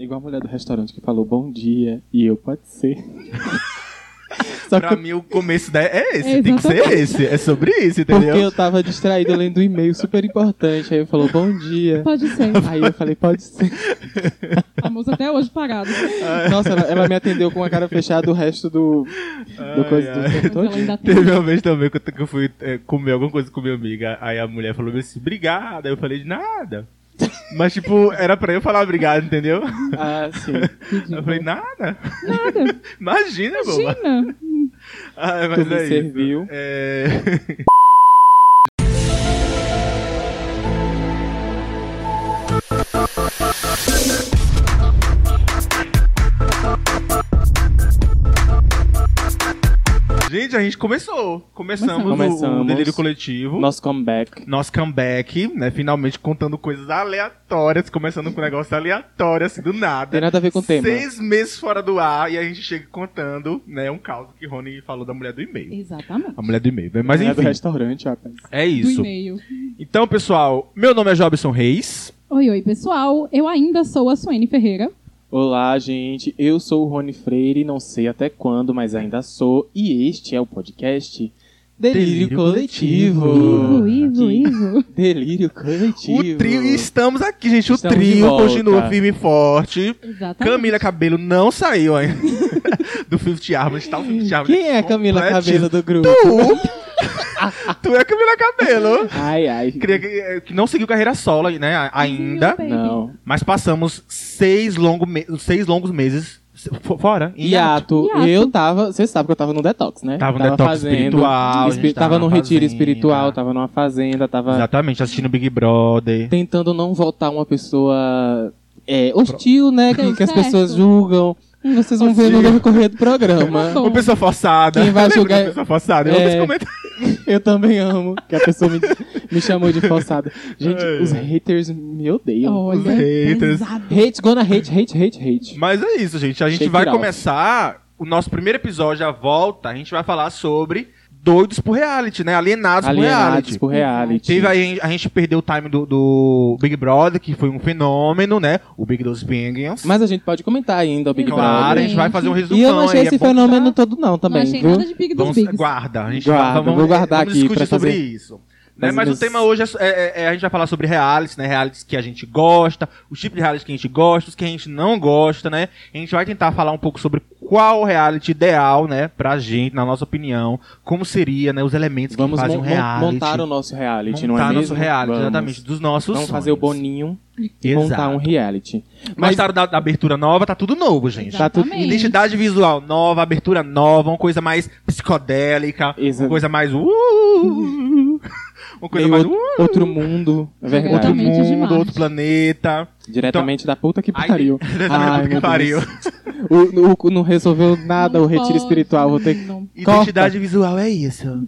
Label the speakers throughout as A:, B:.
A: Igual a mulher do restaurante que falou bom dia e eu pode ser. Só
B: Pra
A: que
B: mim, o começo da... é esse,
C: É,
B: tem que ser esse. É sobre isso,
A: porque
B: entendeu?
A: eu tava distraído lendo um e-mail super importante. Aí ele falou bom dia.
C: Pode ser.
A: Aí eu falei, pode ser.
C: A moça até hoje parada.
A: Nossa, ela, ela me atendeu com a cara fechada o resto do, do coisa do
B: ai. é
A: tempo
C: Mas ela
A: todinho.
C: ainda tem.
B: Teve uma vez também que eu- que eu fui é, comer alguma coisa com minha amiga, aí a mulher falou assim, obrigada. Eu falei, de nada. Mas, tipo, era pra eu falar obrigado, entendeu?
A: Ah, sim.
B: Eu falei, nada.
C: Nada.
B: Imagina, boba.
C: Imagina.
B: Ah,
A: Tu me
B: é isso.
A: serviu.
B: É... Gente, a gente começou. Começamos, o- o
A: Começamos.
B: delírio coletivo.
A: Nosso comeback.
B: Nosso comeback, né? Finalmente contando coisas aleatórias, começando com um negócio aleatório, assim, do nada.
A: Tem nada a ver com o tema.
B: Seis meses fora do ar e a gente chega contando, né? Um caso que Rony falou da mulher do e-mail.
C: Exatamente.
B: A mulher do e-mail, né? Mas
A: Mulher do
B: enfim,
A: restaurante, rapaz.
B: é
C: Do
B: isso.
C: e-mail.
B: Então, pessoal, meu nome é Jobson Reis.
C: Oi, oi, pessoal. Eu ainda sou a Suene Ferreira.
A: Olá, gente. Eu sou o Rony Freire, não sei até quando, mas ainda sou. E este é o podcast Delírio,
B: Delírio
A: Coletivo.
B: Coletivo.
C: Ivo, Ivo,
A: Que
C: Ivo.
A: Delírio Coletivo.
B: O trio, e estamos aqui, gente. O
A: Estamos de
B: trio
A: volta.
B: continua firme e forte.
C: Exatamente.
B: Camila Cabelo não saiu ainda do Fifth Harmony. Tá o Fifth Harmony
A: Quem é a Camila
B: completinho.
A: Cabelo do grupo?
B: Tu! tu é a Camila Cabelo.
A: Ai, ai.
B: Queria que, que não seguiu carreira solo, né? a- Ainda.
A: Uhum.
C: Baby.
A: Não.
B: Mas passamos seis, longo me- seis longos meses se- fo- fora. em hiato.
A: Hiato,
C: Hiato.
A: eu tava. Você sabe que eu tava num detox, né?
B: Tava um detox espiritual. a gente
A: espir- tava num
B: numa
A: retiro
B: fazenda.
A: espiritual, tava numa fazenda, tava
B: Exatamente, assistindo Big Brother.
A: tentando não voltar uma pessoa é, hostil, né? Que,
C: Deu
A: que as
C: certo.
A: pessoas julgam. Hum, Vocês vão ver no
B: Hostil.
A: decorrer do programa.
C: Tá Bom.
B: Uma pessoa forçada.
A: Quem vai
B: Lembra
A: julgar-
B: da pessoa forçada. Eu
A: É.
B: vou te comentar.
A: Eu também amo. Que a pessoa me, me chamou de forçada. Gente,
B: Ai,
A: os
B: ai.
A: haters me odeiam.
C: Olha,
B: Os haters.
C: pesado.
A: Hate, gonna hate, hate, hate, hate.
B: Mas é isso, gente. A gente
A: Shake
B: vai
A: it out.
B: começar o nosso primeiro episódio, a volta. A gente vai falar sobre doidos por reality, né? Alienados, por
A: Alienados
B: reality.
A: por tipo reality.
B: Teve aí, a gente perdeu o time do, do Big Brother, que foi um fenômeno, né? O Big Dos Bangers.
A: Mas a gente pode comentar ainda o Big
B: um Claro, a
A: Brother.
B: gente vai fazer um resumão.
A: E eu não achei
B: aí, é
A: esse
B: bom
A: fenômeno
B: deixar-
A: todo não também,
C: não achei
A: viu?
C: nada de Big dos
B: Vamos,
C: Bigs.
B: guarda, a gente tá-
A: Guarda,
B: vamos,
A: vou guardar aqui
B: vamos discutir
A: pra
B: sobre
A: fazer
B: isso.
A: mais
B: né?
A: ou
B: Mas o
A: menos-
B: tema hoje é, é- é- a gente vai falar sobre realities, né? Realities que a gente gosta, os tipos de realities que a gente gosta, os que a gente não gosta, né? A gente vai tentar falar um pouco sobre qual reality ideal, né, pra gente, na nossa opinião, como seria, né, os elementos que
A: Vamos
B: fazem
A: mon-
B: um
A: mon-
B: reality.
A: montar o nosso reality, não é
B: Montar
A: mesmo?
B: nosso reality,
A: Vamos.
B: exatamente, dos nossos
A: Vamos
B: sonhos.
A: fazer o boninho e
B: Exato.
A: montar um reality. Mas
B: Mas tá da, da abertura nova, tá tudo novo, gente.
A: Tá tudo-
C: Exatamente.
B: Identidade visual nova, abertura nova, uma coisa mais psicodélica,
A: Exa-
B: uma coisa mais. Uh, uma coisa
A: meio
B: mais.
A: out-
B: Uh,
A: outro mundo, é verdade.
B: outro
C: Diretamente de
B: mundo,
C: Marte.
B: outro planeta.
A: Diretamente da puta que
B: Então, Aí-
A: pariu.
B: Diretamente
A: Ai,
B: da puta que
A: meu
B: pariu.
A: Deus. O, o- não resolveu nada o
C: Não
A: retiro
C: pode,
A: espiritual, vou ter que.
C: não.
B: Identidade visual é isso.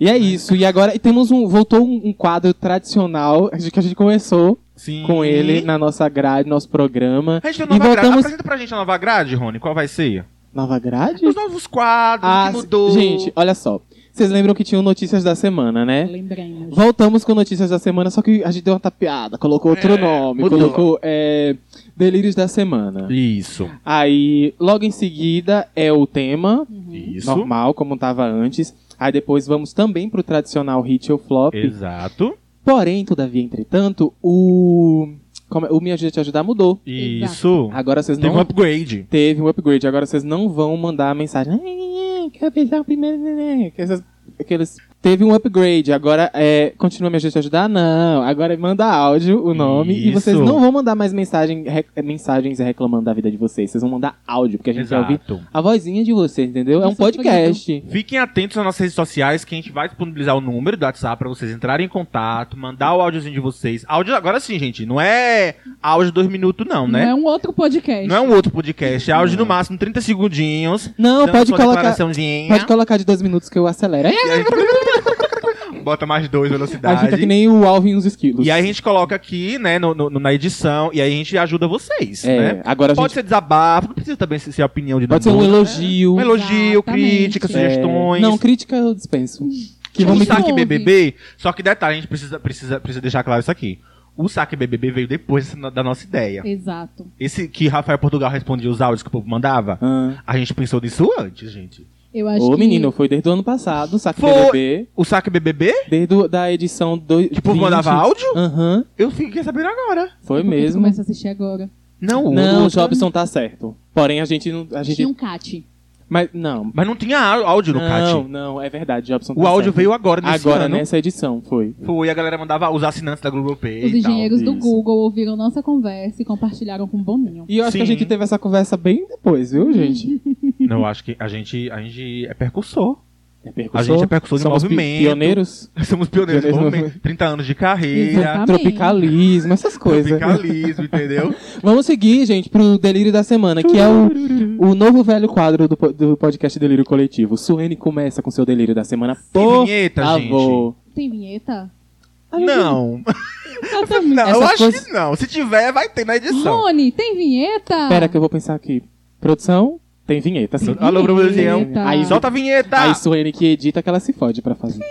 A: E é isso. E agora e temos um. Voltou um, um quadro tradicional a gente- que a gente começou
B: Sim.
A: com ele na nossa grade, nosso programa.
B: A gente tem
A: E
B: uma nova grade.
A: voltamos-
B: Apresenta pra gente a nova grade, Rony. Qual vai ser?
A: Nova grade?
B: Os novos quadros, o
A: Ah,
B: que mudou.
A: gente, olha só. Vocês lembram que tinham notícias da semana, né?
C: Lembremos.
A: Voltamos com notícias da semana, só que a gente deu uma tapeada, colocou outro
B: É,
A: nome,
B: mudou.
A: colocou é, Delírios da Semana.
B: Isso.
A: Aí, logo em seguida, é o tema,
B: Isso.
A: normal, como tava antes. Aí depois vamos também pro tradicional hit ou flop.
B: Exato.
A: Porém, todavia, entretanto, o. como é- o Me Ajuda a Te Ajudar mudou.
B: Isso.
A: Agora vocês
B: Teve
A: não.
B: um upgrade.
A: Teve um upgrade, agora vocês não vão mandar a mensagem. "Ah, Quero beijar o primeiro neném. que essas- Aqueles... Teve um upgrade, agora é. Continua me ajudando a ajudar? Não. Agora manda áudio, o nome. E vocês
B: Isso.
A: não vão mandar mais mensagem, rec- mensagens reclamando da vida de vocês. Vocês vão mandar áudio, porque a gente quer ouvir
B: Exato.
A: a vozinha de vocês, entendeu? É um
C: Isso foi então.
A: podcast.
B: Fiquem atentos nas nossas redes sociais, que a gente vai disponibilizar o número do WhatsApp pra vocês entrarem em contato, mandar o áudiozinho de vocês. Áudio, agora sim, gente, não é áudio de dois minutos, não,
C: Não é
B: né?
C: um outro podcast.
B: Não é um outro podcast, é áudio no máximo 30 segundinhos.
A: Não,
B: dando
A: pode
B: sua
A: colocar.
B: declaraçãozinha.
A: Pode colocar de dois minutos que eu acelero. É,
B: E a gente- Bota mais dois
A: a gente
B: velocidade.
A: tá que nem o Alvin e os esquilos.
B: E aí a gente coloca aqui, né, no- no- na edição, e aí a gente ajuda vocês,
A: É,
B: né?
A: agora a gente.
B: Pode ser desabafo, não precisa também ser ser a opinião de
A: Pode ser
B: todo
A: um
B: mundo.
A: elogio.
B: Um elogio,
C: Exatamente.
B: crítica, sugestões.
A: É, Não, crítica eu dispenso.
B: que
A: vamos
B: vamos estar
C: me
B: aqui
C: ouve.
B: BBB. Só que detalhe, a gente precisa, precisa, precisa deixar claro isso aqui. O Saque BBB veio depois da nossa ideia.
C: Exato.
B: Esse que Rafael Portugal respondia os áudios que o povo mandava,
A: Ah.
B: a gente pensou nisso antes, gente.
C: Eu acho
A: Ô,
C: que...
A: menino, foi desde o ano passado, saque
B: Foi.
A: BBB.
B: O Saque BBB?
A: Desde o- da edição do,
B: Que o povo mandava Tipo, áudio?
A: Aham,
B: Eu fiquei sabendo agora.
A: foi
C: Depois
A: mesmo.
C: Começa a assistir agora.
B: Não, o
A: Não, o
B: outro-
A: Jobson tá certo. Porém, a gente não. A gente...
C: Tinha um cat.
A: Mas não.
B: Mas não tinha á- áudio no
A: Não,
B: cat.
A: não, é verdade, Jobson tá
B: O áudio
A: certo.
B: veio agora nesse
A: Agora,
B: ano.
A: nessa edição, foi.
B: Foi, a galera mandava os assinantes da Google Pay
C: Os
B: e tal.
C: engenheiros do
A: isso.
C: Google ouviram nossa conversa e compartilharam com o Boninho.
A: E eu acho que a
B: Sim.
A: gente teve essa conversa bem depois, viu, gente?
B: Não, eu acho que a gente, a gente é percussor.
A: É
B: A gente é percussor de
A: Somos pi-
B: movimento.
A: Pioneiros?
B: Somos pioneiros do
A: Pioneiros no
B: movimento. 30 anos de carreira,
C: Exatamente. Amém.
A: Tropicalismo, essas coisas.
B: tropicalismo, entendeu?
A: Vamos seguir, gente, pro Delírio da Semana, que é o, o novo velho quadro do, po- do podcast Delírio Coletivo. Suene começa com seu Delírio da Semana. Por
B: vinheta,
A: favor.
C: Tem vinheta?
B: Não.
C: Ah, tá-
B: Não, eu
A: Essas
B: acho
A: coisas-
B: que não. Se tiver, vai ter na edição.
C: Rony, tem vinheta?
A: Pera que eu vou pensar aqui. Produção, tem vinheta, sim.
B: Alô, produção.
C: Vinheta.
A: Aí
B: Solta a vinheta.
A: Aí Suene que edita que ela se fode pra fazer.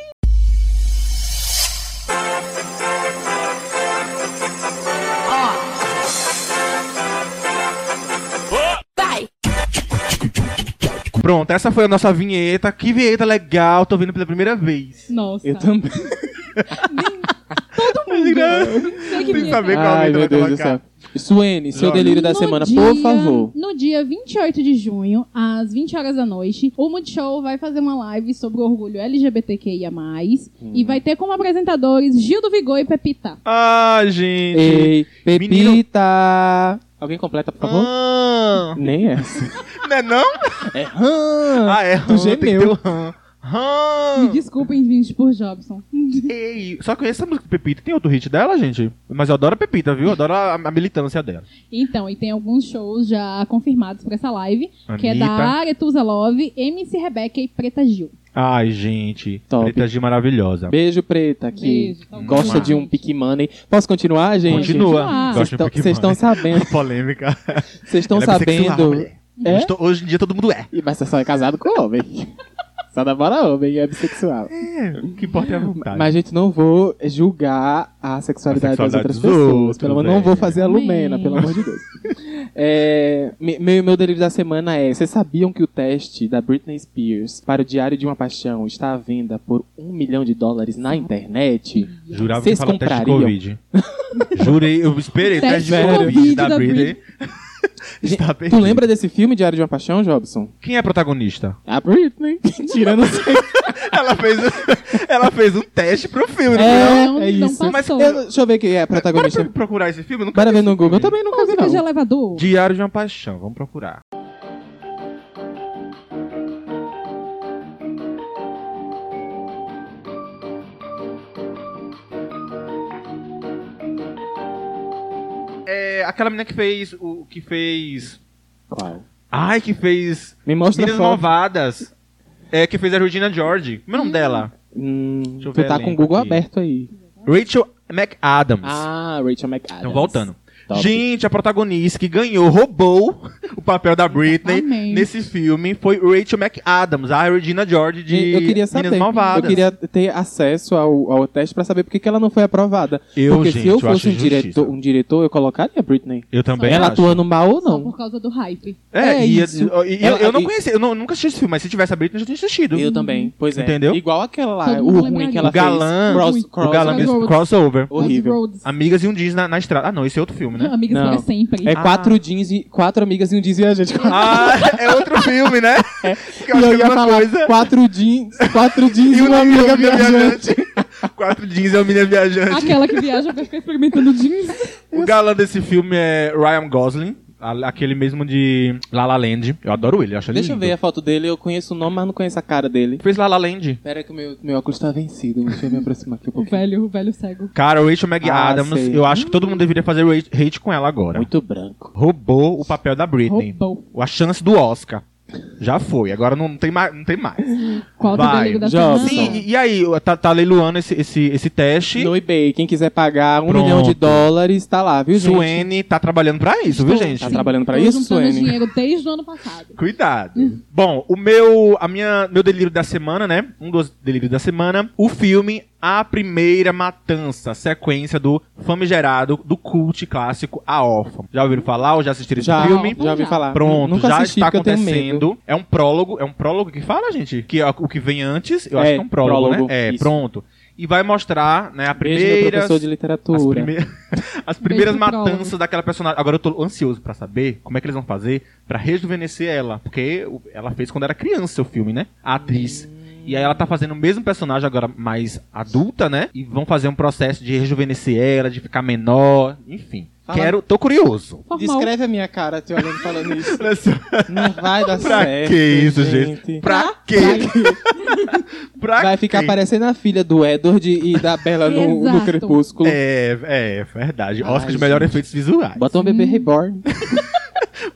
B: Pronto, essa foi a nossa vinheta. Que vinheta legal, tô ouvindo pela primeira vez.
C: Nossa.
A: Eu também.
C: Todo
A: é
C: mundo. Sei que
B: Sem
C: vinheta.
B: saber qual
A: Ai,
B: vinheta
A: meu
B: vai
A: Deus do
B: colocar.
A: céu. Suene, seu
B: Joga.
A: delírio da
C: No
A: semana,
C: dia-
A: por favor.
C: No dia 28 de junho, às 20 horas da noite, o Multishow vai fazer uma live sobre o orgulho LGBTQIA+,
A: Uhum.
C: e vai ter como apresentadores Gil do Vigor e Pepita.
B: Ah, gente.
A: Ei, Pepita!
B: Menino-
A: Alguém completa, por favor?
B: Ah,
A: Nem essa.
B: não é não?
A: É hã.
B: Ah, é.
A: Tu
B: hum, tem que
A: gemeu.
B: ter o hum. Hum.
A: Ah.
C: Me desculpem, gente, por Jobson.
B: Ei, só que essa música do Pepita tem outro hit dela, gente. Mas eu adoro a Pepita, viu? Eu adoro a, a militância dela.
C: Então, e tem alguns shows já confirmados pra essa live, que é da
B: Anitta.
C: Aretusa Love, MC Rebeca e Preta Gil.
B: Ai, gente.
A: Top.
B: Preta Gil maravilhosa.
A: Beijo, Preta, que
C: Beijo, tá bom.
A: gosta de um
C: Gente.
A: pick money. Posso continuar, gente?
B: Continua.
C: Continua.
A: Vocês
B: Gosto
A: estão-
B: um pouquinho
A: Vocês estão
B: mais.
A: sabendo.
B: Polêmica.
A: Vocês estão
B: Ela é bissexual,
A: sabendo.
B: mulher.
A: É?
B: Hoje to- Hoje em dia todo mundo é.
A: Ih, Mas você só é casado com homem. Só namora homem e é bissexual.
B: É, o que importa é a vontade.
A: Mas, gente, não vou julgar a sexualidade,
B: A sexualidade
A: das outras
B: dos
A: pessoas.
B: outros, né?
A: pelo amor, não
B: velho.
A: vou fazer a Lumena,
C: Man.
A: pelo amor de Deus. É, me- meu, meu delírio da semana é: vocês sabiam que o teste da Britney Spears para o Diário de uma Paixão está à venda por um milhão de dólares na internet?
B: Jurava
A: Vocês
B: que ia falar teste de
A: comprariam?
B: Covid. Jurei, eu esperei o teste,
C: Teste
B: de
A: de
B: Covid,
C: Covid
B: da
C: da
B: Britney. Está
A: Tu
B: perdido.
A: lembra desse filme, Diário de uma Paixão, Jobson?
B: Quem é a protagonista?
A: A Britney. Tirando o
B: ela, fez, ela fez um teste pro filme. não foi?
A: É,
C: Não,
A: é
C: não
A: isso.
C: passou.
A: Mas eu- deixa eu ver quem é a
B: Bora pra-
A: protagonista.
B: procurar esse filme? Eu Nunca
A: Bora
B: vi
A: ver
B: esse
A: no Google. Eu
B: filme.
A: também nunca vi,
C: Música de
A: não.
C: elevador.
B: Diário de uma Paixão, vamos procurar. É aquela menina que fez o que fez.
A: Qual?
B: Ai, que fez
A: Me mostra
B: Meninas
A: a foto.
B: Malvadas. É que fez a Regina George. Como é o nome dela?
A: Hum,
B: Deixa eu
A: tu
B: ver
A: tá
B: elenco
A: com o Google
B: aqui.
A: aberto aí.
B: Rachel McAdams.
A: Ah, Rachel McAdams.
B: então, voltando.
A: Top.
B: Gente, a protagonista que ganhou, roubou o papel da Britney
C: Amém.
B: nesse filme foi Rachel McAdams, a Regina George de
A: Gente, eu queria
B: Meninas
A: saber. Eu
B: Malvadas.
A: queria ter acesso ao, ao teste pra saber por que que ela não foi aprovada.
B: Eu,
A: Porque
B: gente,
A: se eu
B: eu
A: fosse um
B: acho injustiça.
A: diretor, um diretor, eu colocaria a Britney.
B: Eu também
A: ela
B: acho.
A: atuando mal ou
C: Só
A: não.
C: por causa do hype.
B: É,
A: É
B: e, e-
A: isso.
B: e- e-
A: Ela-
B: eu não
A: e-
B: conhecia, eu não- nunca assisti esse filme, mas se tivesse a Britney, eu já tinha assistido.
A: Eu também. Pois é.
B: Entendeu?
A: Igual aquela lá,
C: Todo
A: o
C: mundo
A: ruim que
C: lembraria.
A: ela
B: o galã,
A: fez. Cross-
B: o
A: Cross-
B: galã
C: Cross-
B: desse crossover.
A: Horrível.
C: Rhodes.
B: Amigas e um jeans na, na estrada. Ah, não, esse é outro filme, né?
C: Amigas
A: Não.
C: para sempre.
A: É
B: Ah.
A: quatro jeans e quatro amigas e um jeans e a gente.
B: ah, é outro filme, né? Que
A: E
B: eu acho
A: eu
B: que é
A: ia
B: uma
A: falar
B: coisa. um
A: quatro jeans, quatro jeans e uma
B: é
A: amiga viajante.
B: né? Quatro jeans é uma menina viajante.
C: Aquela que viaja pra ficar experimentando jeans.
B: O galã desse filme é Ryan Gosling, a- aquele mesmo de La La Land. Eu adoro ele, eu acho ele
A: Deixa eu
B: lindo.
A: ver a foto dele, eu conheço o nome, mas não conheço a cara dele.
B: Fez La La Land.
A: Pera que o meu, meu óculos tá vencido, deixa eu me aproximar aqui um
C: O
A: pouquinho.
C: velho, o velho cego.
B: Cara, Rachel McAdams,
A: Ah, sei.
B: eu acho que todo mundo deveria fazer hate, hate com ela agora.
A: Muito branco.
B: Roubou o papel da Britney.
C: Roubou.
B: A chance do Oscar. Já foi, agora não, não tem mais. Não tem mais.
C: Qual é
B: Vai,
C: o delírio da
A: Jobson.
C: semana?
B: Sim, e, e aí, tá, tá leiloando esse, esse, esse teste.
A: No eBay, quem quiser pagar um
B: Pronto.
A: milhão de dólares, tá lá, viu, gente?
B: Suene tá trabalhando pra isso, viu,
A: Estou-
B: gente?
A: Tá trabalhando pra
C: Tô
A: isso,
C: juntando
A: Suene?
C: dinheiro desde o ano passado.
B: Cuidado. Bom, o meu, a minha, meu delírio da semana, né? Um dos delírios da semana, o filme A Primeira Matança, sequência do famigerado, do cult clássico A Órfã. Já ouviram falar ou já assistiram
A: Já,
B: esse filme?
A: já ouvi falar.
B: Pronto,
A: Nunca
B: já
A: assisti,
B: está
A: porque eu tenho medo.
B: acontecendo. É um prólogo, é um prólogo que fala, gente? Que é o que vem antes, eu
A: É,
B: acho que é um prólogo,
A: prólogo,
B: né? É,
A: isso.
B: pronto. E vai mostrar, né, a
A: Beijo meu
B: primeira
A: professor de
B: as,
A: literatura.
B: prime- as primeiras
C: Beijo pro
B: matanças
C: prólogo.
B: daquela personagem. Agora eu tô ansioso pra saber como é que eles vão fazer pra rejuvenescer ela. Porque o- ela fez quando era criança o filme, né? A atriz. E aí ela tá fazendo o mesmo personagem agora mais adulta, né? E vão fazer um processo de rejuvenescer ela, de ficar menor, enfim.
A: Fala-
B: Quero, tô curioso.
C: Formal.
A: Descreve a minha cara, te olhando falando isso. Não vai dar
B: Pra
A: certo.
B: que isso,
A: gente?
B: Pra quê? Pra
A: Vai ficar
B: quê?
A: parecendo a filha do Edward e da Bela no, no
C: Exato.
A: Crepúsculo.
B: É, é verdade.
A: Ai,
B: Oscar de melhor
A: gente.
B: efeitos visuais.
A: Bota um bebê reborn.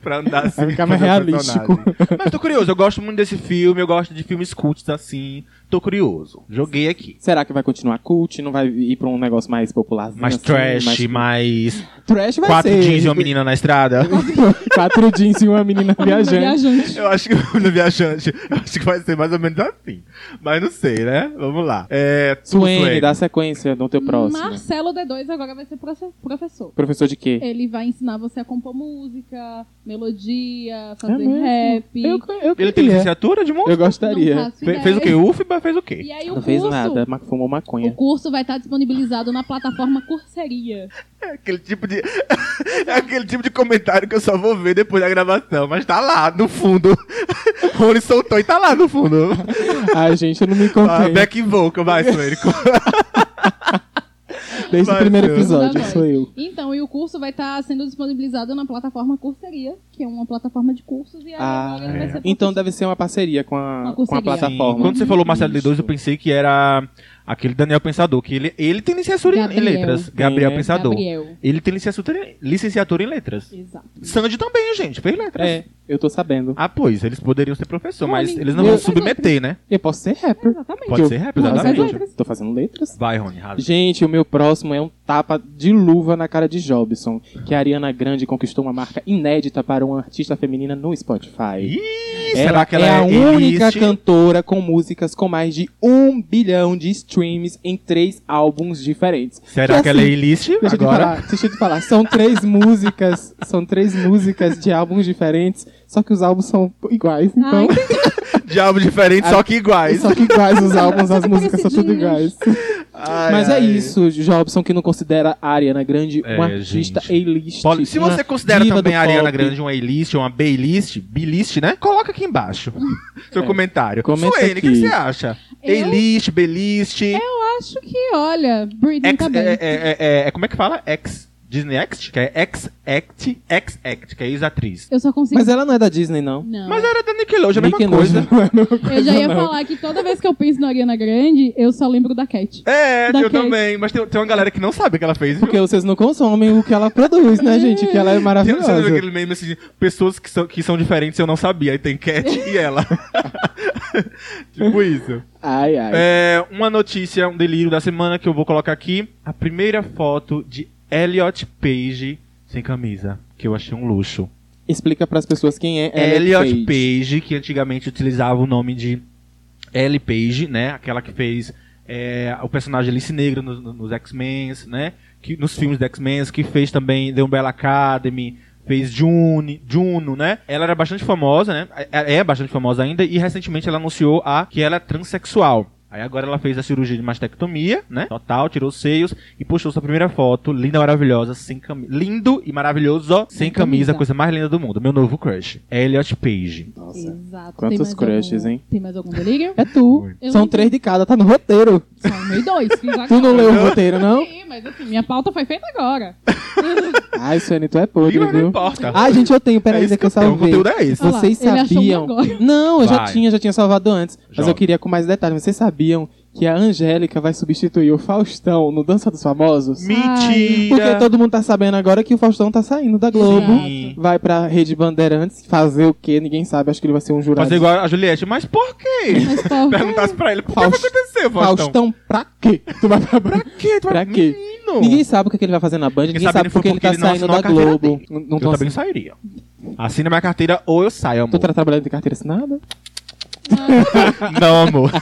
B: pra andar assim.
A: Vai ficar mais
B: fazer o
A: É um realístico.
B: personagem. Mas tô curioso, eu gosto muito desse filme, eu gosto de filmes cultos assim. Tô curioso. Joguei aqui.
A: Será que vai continuar cult? Não vai ir pra um negócio mais popular?
B: Mais
A: assim,
B: trash,
A: mais-
B: mais
A: Trash vai
B: quatro
A: ser.
B: jeans e uma menina na estrada.
A: Quatro jeans e uma menina viajante.
C: Viajante.
B: Eu acho que no viajante, eu acho que vai ser mais ou menos assim. Mas não sei, né? Vamos lá. É, tu,
A: Suene,
B: Suene.
A: dá sequência no teu próximo.
C: Marcelo D2 agora vai ser profe- professor.
A: Professor de quê?
C: Ele vai ensinar você a compor música, melodia,
A: É
C: fazer
A: mesmo?
C: rap.
A: Eu, eu
B: Ele tem
A: queria.
B: licenciatura de monstro?
A: é. Eu gostaria.
C: Não faço ideia.
B: Fez o quê? UFBA fez o quê?
C: E aí
A: Não
C: o curso,
A: fez nada, mas fumou maconha.
C: o curso vai estar disponibilizado na plataforma Curseria.
B: É aquele tipo de. é aquele tipo de comentário que eu só vou ver depois da gravação. Mas tá lá, no fundo. Rony soltou e tá lá no fundo.
C: Um
A: Ai, gente, eu não me
B: Ah,
A: contei.
B: back vocal, vai, Suérico.
A: Desde o
B: vai,
A: primeiro
B: eu-
A: episódio,
C: Não, não.
A: sou eu.
C: Então, e o curso vai estar sendo disponibilizado na plataforma Curseria, que é uma plataforma de cursos, e aí
A: Ah,
C: É, agora ele vai ser
A: então
C: professor.
A: deve ser uma parceria com a,
C: Uma
A: com a
C: parceria.
A: plataforma.
B: Tá Quando você falou Marcelo
A: Isso.
B: D2, eu pensei que era aquele Daniel Pensador, que ele, ele tem licenciatura em- em
C: Gabriel.
B: letras. Gabriel
A: É.
B: Pensador.
C: Gabriel.
B: Ele tem licenciatura, licenciatura em letras.
C: Exato.
B: Sandy também, gente, fez letras.
A: É, eu tô sabendo.
B: Ah, pois, eles poderiam ser professor,
C: Não,
B: mas
C: ele-
B: eles não
A: eu-
B: vão submeter, né?
A: Eu posso ser rapper.
C: Exatamente.
B: Pode
A: Eu-
B: ser rap,
A: Não,
C: exatamente.
A: exatamente. Eu Tô fazendo letras.
B: Vai, Rony, rasga.
A: Gente, o meu próximo é um tapa de luva na cara de Jobson, que a Ariana Grande conquistou uma marca inédita para uma artista feminina no Spotify.
B: Ih,
A: Ela
B: será que ela
A: é a única
B: elite?
A: cantora com músicas com mais de um bilhão de streams em três álbuns diferentes.
B: Será que,
A: Que
B: ela é
A: assim,
B: ilícita
A: Deixa eu te
B: agora?
A: falar, deixa eu te falar. São três músicas, são três músicas de álbuns diferentes, só que os álbuns são iguais,
C: Ah,
A: então.
C: entendi.
B: Diabo diferente,
A: Ah,
B: só que iguais.
A: Só que iguais os álbuns, as
C: São
A: músicas são tudo
C: parecidinhas.
A: iguais.
B: Ai,
A: Mas é
B: ai.
A: isso, Jobson que não considera a Ariana Grande
B: É,
A: uma artista
B: gente.
A: A-list.
B: Pode- se
A: uma
B: você considera
A: diva
B: também
A: do
B: a Ariana
A: pop.
B: Grande uma A-list, uma B-list, B-list, né? Coloca aqui embaixo seu
A: É.
B: comentário.
A: Comenta
B: Suene, o
A: aqui.
B: que
A: É um
B: você acha?
C: Eu?
B: A-list, B-list,
C: Acho que, olha, Britney
B: ex-
C: tá bem.
B: é, é- é- é- como é que fala? Ex Disney Act, que é ex-act, ex-act, que é ex-atriz.
C: Eu só consigo...
A: Mas ela não é da Disney, não.
C: Não.
B: Mas era da Nickelodeon, a mesma
A: Nickelodeon
B: coisa.
A: não é a mesma
C: Eu já
A: coisa,
C: ia
A: não.
C: falar que toda vez que eu penso na Ariana Grande, eu só lembro da Cat.
B: É,
C: Da
B: eu
C: Kate.
B: também, mas tem, tem uma galera que não sabe o que ela fez. viu?
A: Porque vocês não consomem o que ela produz, né, gente? Que ela é
B: Tem, um você não viu
A: maravilhosa.
B: aquele meme assim, pessoas que são, que são diferentes eu não sabia, aí tem Cat e ela. tipo isso.
A: Ai, ai.
B: É, uma notícia, um delírio da semana que eu vou colocar aqui. A primeira foto de Elliot Page sem camisa, que eu achei um luxo.
A: Explica pras pessoas quem é
B: Elliot
A: Elliot
B: Page. que antigamente utilizava o nome de Ellie Page, né? Aquela que fez é, o personagem Alice Negra nos, nos X-Men, né? Que, nos filmes do X-Men, que fez também The Umbrella Academy, fez June, Juno, né? Ela era bastante famosa, né? É é bastante famosa ainda, e recentemente ela anunciou a, que ela é transexual. Aí agora ela fez a cirurgia de mastectomia, né? Total, tirou os seios e postou sua primeira foto, linda, maravilhosa, sem camisa. Lindo e maravilhoso, sem,
C: Sem
B: camisa,
C: camisa.
B: coisa mais linda do mundo. Meu novo crush, Elliot Page.
A: Nossa.
C: Exato.
A: Quantos
C: Tem mais
A: crushes,
C: algum-
A: hein?
C: Tem mais algum delírio?
A: É tu.
C: Eu
A: São
C: não
A: três de cada, tá no roteiro.
C: Só um e dois. fiz
A: Tu não
C: agora.
A: leu o roteiro, não?
C: Sim, mas assim, minha pauta foi feita agora.
A: Ai, Suene, tu é
B: E
A: podre,
B: mas não
A: viu?
B: importa. É
A: Ai, gente, eu tenho, peraí,
B: isso
A: ainda que eu
B: tenho, O
A: salvei.
B: conteúdo é esse.
C: Olha lá,
A: Vocês
C: ele achou
A: sabiam.
C: um agora.
A: Não, eu já
B: Vai.
A: tinha, já tinha salvado antes. Mas
B: Joga.
A: eu queria com mais detalhes. Vocês sabiam que a Angélica vai substituir o Faustão no Dança dos Famosos? Porque
B: Mentira!
A: todo mundo tá sabendo agora que o Faustão tá saindo da Globo.
B: Sim.
A: Vai pra Rede Bandeirantes fazer o quê? Ninguém sabe, acho que ele vai ser um jurado.
B: Fazer igual a Juliette, mas por quê?
C: Mas, pô,
B: Perguntasse pra ele, por que vai
A: Faust-
B: acontecer, Faustão?
A: Faustão pra quê? Tu vai pra...
B: Pra quê? Tu vai-
A: Pra quê?
B: Menino!
A: Ninguém sabe o que é que ele vai fazer na Band, ninguém
B: sabe
A: sabe
B: ele foi
A: porque ele tá
B: porque ele não
A: saindo
B: assinou
A: da
B: a carteira
A: Globo. Não, não
B: Eu
A: tô assim.
B: também sairia. Assina minha carteira ou eu saio,
A: Tu
B: amor.
A: tá trabalhando de carteira assinada?
B: Não, amor.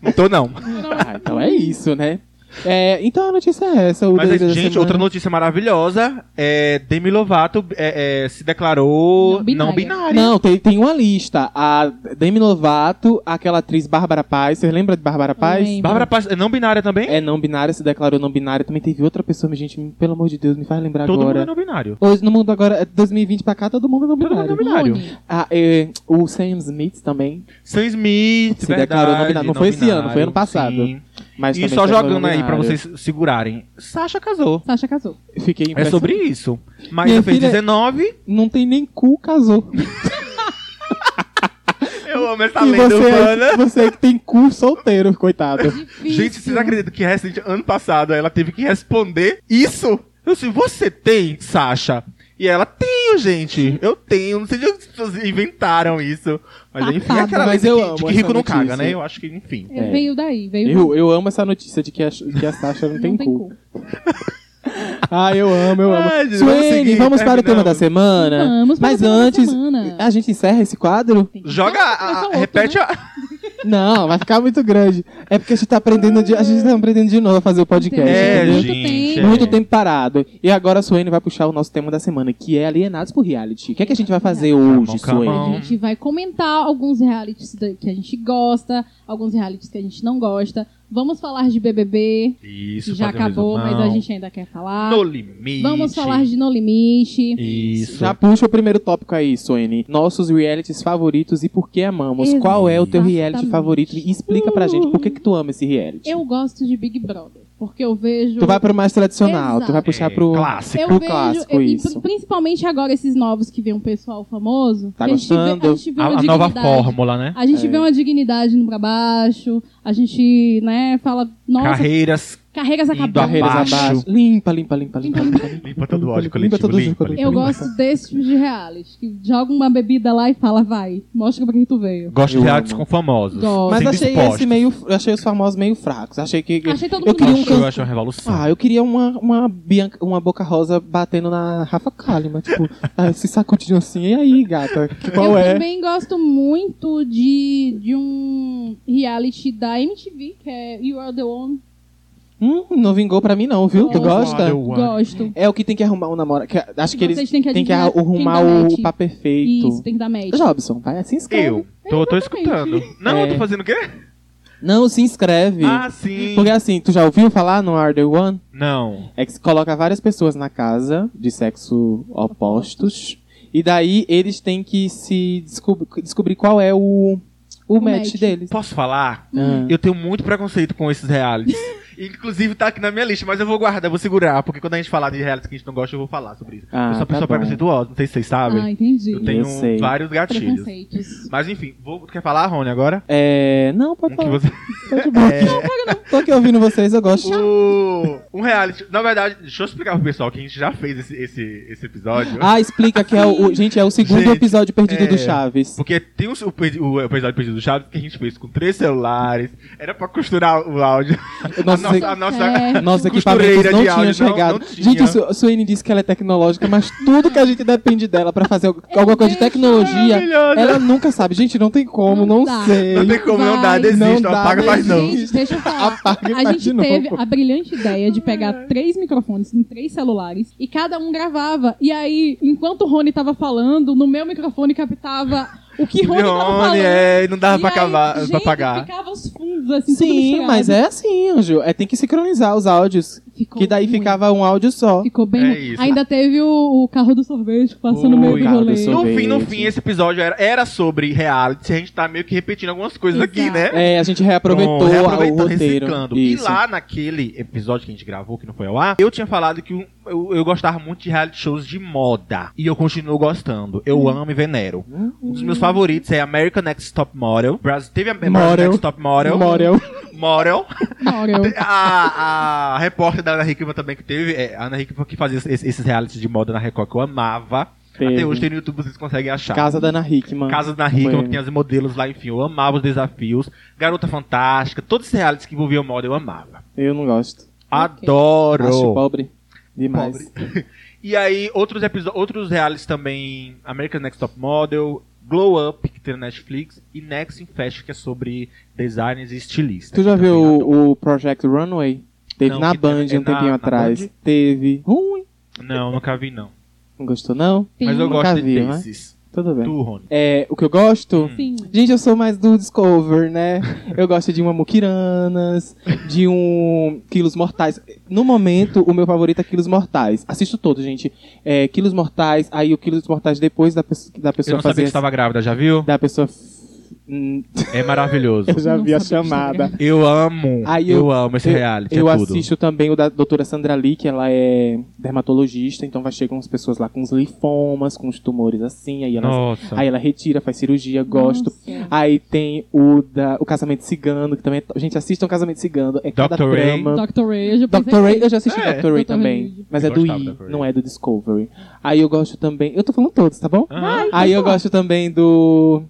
B: Não tô, não.
A: Ah, então é isso, né? É, então a notícia é essa. O
B: Mas, assim,
A: desejo da
B: gente,
A: semana.
B: outra notícia maravilhosa é Demi Lovato é, é, se declarou
C: Não binária.
B: não binária.
A: Não, tem, tem uma lista. A Demi Lovato, aquela atriz Bárbara Paz. Você lembra de Bárbara Paz?
C: lembro.
B: Bárbara Paz é não binária também?
A: É não binária, se declarou não binária. Também teve outra pessoa, mas, gente, me- pelo amor de Deus, me faz lembrar
B: Todo
A: agora.
B: mundo é não binário.
A: Hoje no mundo agora, é 2020 pra cá, todo mundo é não
B: Todo mundo
A: binário.
B: é não binário.
C: Rony.
A: Ah, é, o Sam Smith também,
B: Sam Smith,
A: Se
B: verdade,
A: declarou não binário. Não foi esse ano, foi ano passado.
B: sim.
A: mas
B: E
A: também
B: só
A: se declarou
B: jogando
A: não
B: aí pra
A: binário.
B: vocês segurarem. Sasha casou.
C: Sasha casou.
A: Fiquei
B: É
A: impressionado.
B: sobre isso. Mas
A: Minha
B: fez
A: filha-
B: 19.
A: Não tem nem cu, casou.
B: Eu amo essa
A: e
B: lenda
A: você,
B: urbana.
A: é, você que tem cu solteiro, coitado.
C: Difícil.
B: Gente, vocês acreditam que recente, ano passado ela teve que responder isso? Eu disse, você tem, Sasha? E ela, tenho, gente. Eu tenho. Não sei de onde vocês inventaram isso. Mas enfim, é
C: Tapado,
B: aquela
A: Ah, tá, mas
B: lenda
A: eu
B: que-
A: amo
B: de que
A: essa
B: rico não
A: notícia.
B: caga, né? Eu acho que, enfim.
C: É,
A: É.
C: Veio daí, veio
A: Eu, eu amo essa notícia de que a, que a Sasha não tem cu. Né? Ah, eu amo, eu amo.
B: Ai, gente, vamos
A: Suene,
B: seguir,
A: vamos para o tema
B: terminamos.
A: da semana.
C: Vamos para o
A: Mas
C: tema da
A: antes, é,
C: semana.
A: a gente encerra esse quadro?
B: Joga, a-
C: essa
B: a-
C: outra,
B: repete
A: né?
B: a...
A: Não, vai ficar muito grande. É porque a gente tá aprendendo de, a gente tá aprendendo de novo a fazer o podcast.
B: É,
A: entendeu?
B: gente,
C: né? tempo.
B: é.
A: Muito tempo parado. E agora a Suene vai puxar o nosso tema da semana, que é Alienados por Reality. O que é que a gente vai fazer hoje,
B: calma.
A: Suene?
C: A gente vai comentar alguns realities da- que a gente gosta, alguns realities que a gente não gosta. Vamos falar de BBB,
B: Isso,
C: que já
B: fazer
C: acabou, mas a
B: resumão.
C: gente ainda quer falar.
B: No limite.
C: Vamos falar de No Limite.
B: Isso.
A: Já puxa o primeiro tópico aí, Suene. Nossos realities favoritos e por que amamos. Qual é o teu reality
C: Exatamente.
A: favorito? E explica pra gente por que, que tu ama esse reality.
C: Eu gosto de Big Brother, porque eu vejo...
A: Tu vai pro mais tradicional,
C: Exato.
A: tu vai puxar
B: É,
A: pro.
B: Clássico.
C: eu
A: pro
C: vejo,
A: clássico,
C: e- e
A: isso.
C: principalmente agora esses novos que vem um pessoal famoso.
A: Tá
C: que a gente vê-
A: gostando?
C: A gente vê,
B: A,
C: uma
B: a nova
C: dignidade.
B: fórmula, né?
C: A gente
A: É.
C: vê uma dignidade no pra baixo, a gente, né, fala, nossa,
B: Carreiras.
C: carreiras
B: Indo
C: acabaram.
A: Barreiras
B: abaixo.
A: abaixo. Limpa, limpa, limpa, limpa. limpa.
B: Limpa todo o ódio
A: Limpa
B: coletivo.
A: todo o ódio
B: limpa,
A: coletivo.
B: limpa,
C: Eu gosto desse tipo de reality, que joga uma bebida lá e fala, vai, mostra pra quem tu veio.
B: Gosto
A: Eu
B: de realities
A: amo.
B: com famosos.
C: Gosto.
A: Mas
B: sendo
A: achei
B: expostos.
A: esse meio. Achei os famosos meio fracos. Achei que.
C: Achei todo
A: eu
C: mundo
A: queria um
C: baixo.
B: Acho-
A: canto.
B: Eu acho uma revolução.
A: Ah, eu queria uma, uma, Bianca, uma boca rosa batendo na Rafa Kalima. Tipo, ah, se sacudindo assim. E aí, gata? Qual
C: eu
A: é?
C: também gosto muito de, de um reality da MTV, que é You Are The One.
A: Hum, não vingou pra mim, não, viu? Tu
C: Nossa,
A: gosta?
B: olha, One.
C: Gosto.
A: É o que tem que arrumar um namorado. que- acho que
C: Vocês
A: eles
C: têm que
A: têm que
C: adivinhar quem
A: arrumar
C: dá
A: o
C: match.
A: pá perfeito.
C: Isso, tem que dar match.
A: Jobson, vai, se inscreve.
B: Eu. Tô, tô escutando. Não,
A: É.
B: eu tô fazendo o quê?
A: Não, se inscreve.
B: Ah, sim.
A: Porque assim, tu já ouviu falar no Are The One?
B: Não.
A: É que se coloca várias pessoas na casa de sexo opostos. E daí eles têm que se descob- descobrir qual é o, o
C: O
A: match,
C: match. Hum.
A: deles.
B: Posso falar?
A: Ah.
B: Eu tenho muito preconceito com esses realities. Inclusive, tá aqui na minha lista, mas eu vou guardar, vou segurar, porque quando a gente falar de realities que a gente não gosta, eu vou falar sobre isso.
A: Ah,
B: eu sou uma
A: tá
B: pessoa
A: bom.
B: preconceituosa, não sei se vocês sabem.
C: Ah, entendi.
B: eu tenho
A: Eu sei.
B: vários gatilhos.
C: Preconceitos.
B: Mas enfim, vou... tu quer falar, Rony, agora?
A: É. Não, pode
B: Um que
A: falar.
B: você. é.
A: Tô de boa. Tô aqui ouvindo vocês, eu gosto.
B: O... Um reality. Na verdade, deixa eu explicar pro pessoal que a gente já fez esse, esse, esse episódio.
A: Ah, explica que é o. o- Gente, é o segundo
B: Gente,
A: episódio perdido
B: é.
A: do Chaves.
B: Porque tem o, o, perdi- o episódio perdido do Chaves que a gente fez com três celulares. Era pra costurar o áudio.
A: Nossa,
B: a nossa, a nossa
C: Certo.
A: Nossos equipamentos
B: costureira
A: não
B: de
A: tinham
B: áudio não-
A: chegado.
B: não tinha.
A: Gente, Su- a Suene disse que ela é tecnológica, mas tudo que a gente depende dela pra fazer alguma coisa de
C: deixo,
A: tecnologia,
B: maravilhosa.
A: ela nunca sabe. Gente, não tem como,
C: Não
A: não,
C: dá.
A: sei.
B: Não tem como não dar,
C: Vai,
B: desista,
A: não dá,
B: apaga mais não.
A: desiste.
C: Gente, deixa eu falar.
A: Apaga e
C: a
A: faz de
C: gente teve
A: novo.
C: a brilhante ideia de
A: É.
C: pegar três microfones em três celulares e cada um gravava. E aí, enquanto o Rony tava falando, no meu microfone captava o que Rony, tava falando.
B: Rony, é, e não dava
C: E
B: pra,
C: aí,
B: acabar,
C: gente,
B: pra pagar.
C: ficava os fundos assim, tudo
A: Sim,
C: misturado.
A: mas é assim, Anjo. É, tem que sincronizar os ádios.
C: Ficou
A: que daí
C: ruim.
A: ficava um áudio só.
C: Ficou bem.
B: É
C: ruim.
B: isso.
C: Ainda teve o, o carro do sorvete passando no meio
B: Ui,
C: do
A: carro do
C: rolê.
A: sorvete.
B: No fim, no
A: Sorvete.
B: fim, esse episódio era, era sobre reality. A gente tá meio que repetindo algumas coisas
C: Exato.
B: aqui, né?
A: É, a gente reaproveitou
B: Pronto,
A: a- o
B: reaproveitando,
A: roteiro.
B: reciclando.
A: Isso.
B: E lá naquele episódio que a gente gravou, que não foi ao ar, eu tinha falado que eu, eu- eu gostava muito de reality shows de moda. E eu continuo gostando. Eu amo e venero.
A: Hum.
B: Um dos meus favoritos é American Next Top Model. Bras- Teve a American
A: Model. É um-
B: Next Top Model.
A: Morel.
B: Model.
C: Morel.
B: A, a repórter da Ana Hickman também que teve. é, a Ana Hickman que fazia esses, esses realities de moda na Record que eu amava.
A: Teve.
B: Até hoje tem no YouTube, vocês conseguem achar.
A: Casa da Ana Hickman.
B: Casas na Rica,
A: Foi.
B: que tem as modelos lá, enfim, eu amava os desafios. Garota Fantástica, todos esses realities que envolviam moda eu amava.
A: Eu não gosto. Acho
B: Adoro!
A: pobre. Demais.
B: E aí, outros, episo- outros realities também, American Next Top Model, Glow Up, que tem na Netflix, e Next in Fashion, que é sobre designers e estilistas.
A: Tu já
B: Também
A: viu
B: adoro.
A: o, o Project Runway? Teve
B: Não,
A: na
B: que
A: Band
B: teve- é
A: um tempinho
B: na- na
A: atrás.
B: Band?
A: Teve. Ruim.
B: Não, nunca vi, não.
A: Não gostou, não?
C: Sim.
B: Mas eu
A: Nunca
B: gosto de
A: vi, né?
B: desses.
A: Tudo bem.
B: Tu, Rony.
A: É, o que eu gosto?
B: Hum.
C: Sim.
A: Gente, eu sou mais do Discover, né? Eu gosto de uma Mukiranas, de um Quilos Mortais. No momento, o meu favorito é Quilos Mortais. Assisto todo, gente. É, Quilos Mortais, aí o Quilos Mortais depois da, pe- da
B: Eu
A: pessoa
B: não sabia
A: fazer.
B: que estava grávida, já viu?
A: Da pessoa. Hum,
B: É maravilhoso.
A: eu já
C: Não
A: vi a
C: sabia que estava
A: chamada.
B: Eu amo.
A: Aí
B: eu,
A: eu-
B: amo esse reality.
A: Eu
B: é tudo.
A: assisto também o da doutora Sandra Lee, que ela é dermatologista, então vai chegam as pessoas lá com os linfomas, com os tumores assim, aí ela,
B: Nossa.
A: aí ela retira, faz cirurgia, gosto.
C: Nossa.
A: Aí tem o da o Casamento Cigano, que também é to- Gente, assistam Casamento Cigano, é cada
B: Dr. Ray.
A: trama.
C: Dr. Ray, eu já pensei
A: Dr. Ray, eu já assisti
B: É.
A: Dr. Ray
C: Dr.
A: também,
C: Ray.
A: mas
B: Eu
A: é do
B: gostava do
A: I,
B: Dr. Ray.
A: não é do Discovery. Aí eu gosto também, eu tô falando todos, tá bom?
B: Aham.
C: assim,
A: Aí eu gosto também do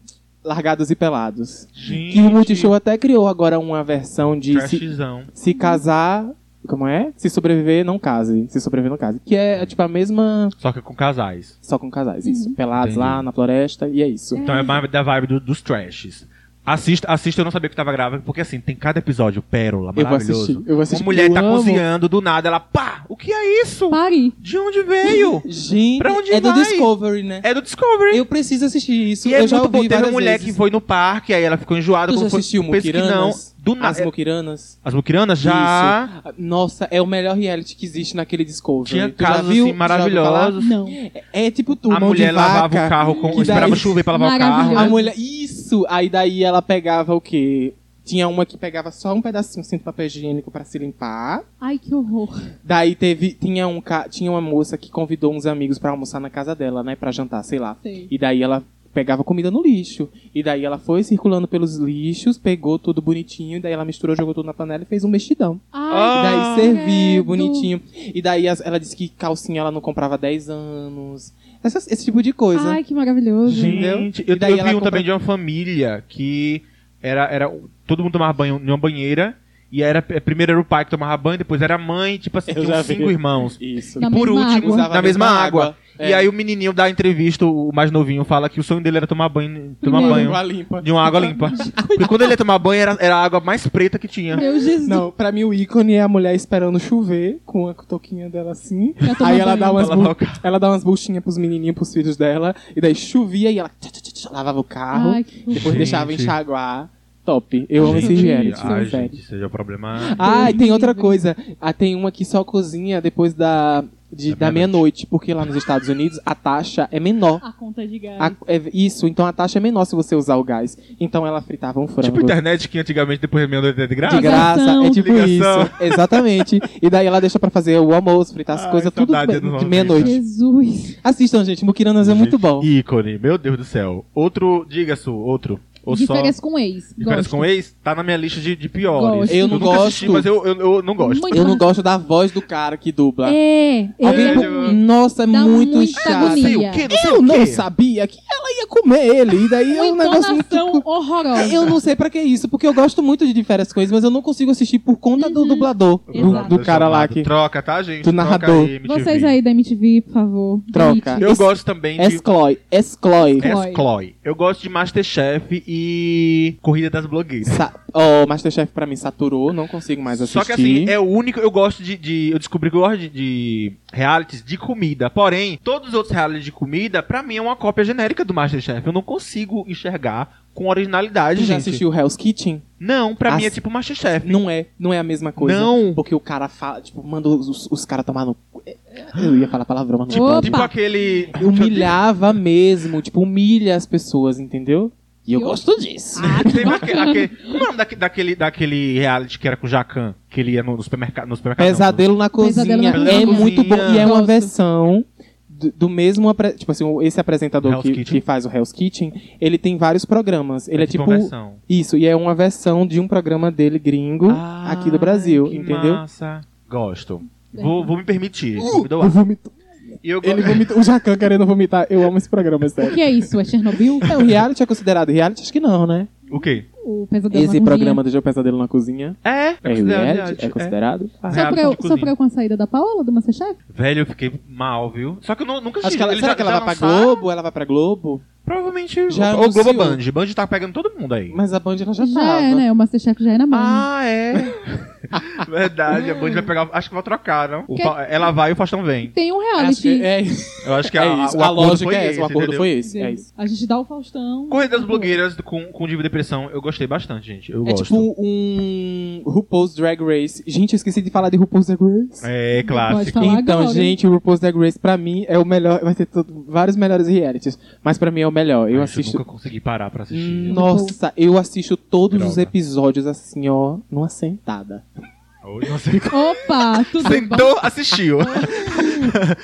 A: Largados e Pelados.
B: Gente,
A: Que o Multishow até criou agora uma versão de se-
B: trashzão.
A: se casar. Como é? Se sobreviver, não case. Se sobreviver, não case. Que é, tipo, a mesma.
B: Só que com casais.
A: Só com casais, isso. Pelados
B: Uhum. Entendi.
A: lá na floresta, e é isso.
B: Então é mais da vibe do- dos trashes. Assista, assista, eu não sabia que tava grávida, porque assim, tem cada episódio pérola,
A: Eu vou
B: maravilhoso.
A: assistir, eu vou assistir.
B: Uma mulher
A: eu
B: tá
A: amo.
B: cozinhando, do nada ela, pá, o que é isso?
C: Pare.
B: De onde veio?
A: Gente,
B: Pra onde
A: é
B: vai?
A: do Discovery, né?
B: É do Discovery.
A: Eu preciso assistir isso.
B: e
A: eu
B: é
A: já
B: muito bom.
A: ouvi
B: Teve uma
A: várias
B: mulher que
A: vezes.
B: foi no parque, aí ela ficou enjoada.
A: Tu já
B: quando foi-
A: assistiu
B: pensa que não,
A: Mukiranas?
B: do nada.
A: As Mukiranas?
B: As Mukiranas já...
A: Isso. Ah, Nossa, é o melhor reality que existe naquele Discovery.
B: Tinha
A: Tu já
B: casos
A: viu?
B: assim
A: Tu já ouviu falar?
B: maravilhosos.
C: Não.
A: É, é tipo tu,
B: a
A: mão
B: mulher
A: de vaca.
B: lavava o carro, com,
A: que daí-
B: esperava chover pra lavar o carro.
A: A
C: Maravilhoso.
A: mulher. Isso! Aí daí ela pegava o quê? Tinha uma que pegava só um pedacinho assim, de papel higiênico pra se limpar.
C: Ai, que horror.
A: Daí teve. Tinha, um, ca- tinha uma moça que convidou uns amigos pra almoçar na casa dela, né? Pra jantar, sei lá.
C: Sei.
A: E daí ela pegava comida no lixo. E daí ela foi circulando pelos lixos, pegou tudo bonitinho, e daí ela misturou, jogou tudo na panela e fez um mexidão.
C: Ai,
B: Ah,
A: daí serviu,
C: credo.
A: bonitinho. E daí as- ela disse que calcinha ela não comprava há 10 anos. Essas- esse tipo de coisa.
C: ai, que maravilhoso.
B: Gente,
A: Entendeu?
B: eu,
A: E daí
B: eu vi um
A: ela compra-
B: também de uma família que era, era. Todo mundo tomava banho em uma banheira. E era, é, primeiro era o pai que tomava banho, depois era a mãe, tipo assim,
A: Eu
B: tinha
A: já
B: uns
A: vi.
B: cinco irmãos.
A: Isso.
C: Na
B: Por
C: mesma
B: último,
C: água.
A: Usava
B: na
A: a
B: mesma
A: mesma
B: água.
A: água.
B: E
A: É.
B: aí o menininho da entrevista, o mais novinho, fala que o sonho dele era tomar banho, tomar
C: Primeiro.
B: banho
A: Água limpa.
B: de uma água limpa. Porque quando ele ia tomar banho, era, era a água mais preta que tinha.
C: Meu Jesus.
A: Não, pra mim o ícone é a mulher esperando chover com a toquinha dela assim.
C: Pra tomar
A: Aí ela
C: banho.
A: dá, umas
B: Ela
A: bu-
B: toca.
A: ela dá umas buchinhas pros menininhos, pros filhos dela. E daí chovia e ela tchá, tchá, tchá, tchá, lavava o carro.
C: Ai, que horror.
A: depois
B: Gente.
A: deixava enxaguar. Top. Eu amo esse
C: Gente,
A: reality,
B: Ai,
A: sério.
B: gente, seja o problema. Tipo
A: Ah, e tem outra
C: Horrível.
A: coisa. Ah, tem uma que só cozinha depois da, de-
B: Da
A: da meia-noite. porque lá nos Estados Unidos a taxa é menor.
C: A conta de gás.
A: A- é- isso, então a taxa é menor se você usar o gás. Então ela fritava um frango.
B: Tipo internet que antigamente depois da meia-noite era de graça.
A: De graça,
C: Ligação.
A: é tipo
B: Ah, né? Ligação.
A: isso. Exatamente. E daí ela deixa pra fazer o almoço, fritar as
B: Ai,
A: coisas, tudo
B: saudade do
A: bem, de
B: almoço.
A: meia-noite.
C: Jesus.
A: Assistam, gente. Mukiranas é muito bom.
B: Ícone, meu Deus do céu. Outro, diga Su, outro. Ou
C: de
B: só.
C: férias com ex.
B: De férias
C: Gosto.
B: com ex, tá na minha lista de, de piores.
C: Gosto.
A: Eu não
B: nunca assisti,
A: gosto.
B: mas eu, eu, eu não gosto.
C: Muito
A: Eu não
C: massa.
A: gosto da voz do cara que dubla.
C: É,
A: Alguém-
C: ele é
B: Sério?
C: ruim.
A: Nossa, é
C: Dá
A: muito
C: muita
A: chato.
C: agonia.
B: não
A: Eu não sabia que ela ia comer ele. E daí é um
C: Uma
A: negócio muito.
C: entonação horrorosa.
A: Eu não sei pra que isso, porque eu gosto muito de diferentes coisas, mas eu não consigo assistir por conta
C: Uhum.
A: do dublador, do,
C: Exato.
A: do cara lá que
B: Troca, tá, gente?
A: Do narrador.
B: Troca aí, MTV.
C: Vocês aí da MTV, por favor.
A: Troca.
C: Demite.
B: Eu
A: Es-
B: gosto também de.
A: Escloy, Escloy.
C: Escloy.
B: S. Chloe. Eu gosto de Masterchef e Corrida das Blogueiras.
A: Sa oh, Masterchef pra mim saturou, não consigo mais assistir.
B: Só que assim, é o único. Eu gosto de. de- eu descobri que eu gosto de, de realities de comida. Porém, todos os outros realities de comida, pra mim, é uma cópia genérica do Masterchef. Eu não consigo enxergar com originalidade,
A: Tu já
B: gente.
A: assistiu Hell's Kitchen?
B: Não, pra
A: Ass-
B: mim é tipo Masterchef.
A: Não é, não é a mesma coisa.
B: Não.
A: Porque o cara fala, tipo, manda os, os caras tomar no. cu. É, Eu ia falar palavrão, mas não
C: Opa.
A: pode.
B: Tipo aquele.
A: Humilhava mesmo, tipo, humilha as pessoas, entendeu? E eu
C: Eu- Ah.
A: gosto disso.
B: Teve aque- aque- Como é o nome daque- daquele, daquele reality que era com o Jacan? Que ele ia no, no supermercado. No supermercado não,
A: Pesadelo na cozinha
C: Pesadelo na
A: é
B: Cozinha.
A: muito bom. E é uma
C: Gosto.
A: versão do, do mesmo. apre- Tipo assim, o- esse apresentador
B: Hell's
A: que,
B: Kitchen.
A: que faz o Hell's Kitchen, ele tem vários programas. Ele é, tipo.
B: uma versão.
A: Isso, e é uma versão de um programa dele gringo
B: Ah,
A: aqui do Brasil,
B: que
A: entendeu?
B: Massa. Gosto. Vou, vou me permitir. me
A: Uh, Eu
B: doar.
A: vomito-
B: E eu go-
A: Ele vomita, o Jacan querendo vomitar. Eu amo esse programa,
C: O
A: sério.
C: que é isso? É Chernobyl?
A: É, o reality é considerado reality? Acho que não, né?
B: O quê?
C: O pesadelo
A: Esse
C: na cozinha.
A: programa do Jogo Pesadelo na Cozinha
B: É,
A: é reality? É
B: é.
A: considerado? Ah.
C: Só pra,
B: Reality
C: eu,
B: de
C: só pra
B: cozinha.
C: eu com a saída da Paola, do Masterchef?
B: Velho, eu fiquei mal, viu? Só que eu nu- nunca
A: Acho que ela,
B: Eles
A: será
B: já-
A: que
B: tá
A: ela
B: já
A: vai pra
B: lançaram?
A: Globo? Ela vai pra Globo?
B: Provavelmente.
A: Já
B: Ou Globo
A: anunciou.
B: Band. Band tá pegando todo mundo aí.
A: Mas a Band ela já, né?
C: já
A: tava. Ah, Hum.
C: é, né? O Masterchef já é na mão.
B: Ah, é. Verdade, a Band vai pegar. Acho que vai trocar, não? O
C: Que-
B: Fa- Ela vai e o Faustão vem.
C: Tem um
A: Acho
C: reality.
A: que é, isso.
B: Eu acho que
A: é
B: a, a-
A: isso.
B: Ah, o
A: A,
B: acordo
A: lógica
B: foi
A: é
B: esse,
A: essa. O acordo
B: entendeu?
A: foi esse. É isso.
C: A gente dá o Faustão.
B: Corrida das Blogueiras com, com Diva e Depressão, eu gostei bastante, gente. Eu
A: É
B: gosto.
A: tipo um RuPaul's Drag Race. Gente, eu esqueci de falar de RuPaul's Drag Race.
B: É,
C: Pode
B: clássico.
C: falar
A: Então,
C: agora.
A: gente, o RuPaul's Drag Race pra mim é o melhor. Vai ter todo- vários melhores realities, mas pra mim é o melhor. Eu
B: Acho que
A: assisto.
B: nunca consegui parar pra assistir.
A: Nossa, eu assisto todos os
B: Droga.
A: episódios assim, ó, numa sentada.
B: Oi, não sei.
C: Opa, tudo bom?
B: Sentou, assistiu.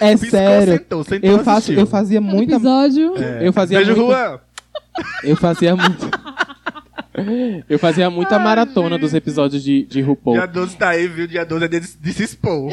A: É
B: Piscou,
A: sério.
B: sentou, sentou,
A: Eu faço,
B: assistiu.
A: eu fazia
C: No
A: muita, É.
C: episódio.
A: eu fazia
B: Beijo,
A: muita-
B: Juan.
A: eu fazia muito. Eu fazia muita maratona dos episódios de, de RuPaul.
B: Dia 12 tá aí, viu? Dia 12 é de, de se expor.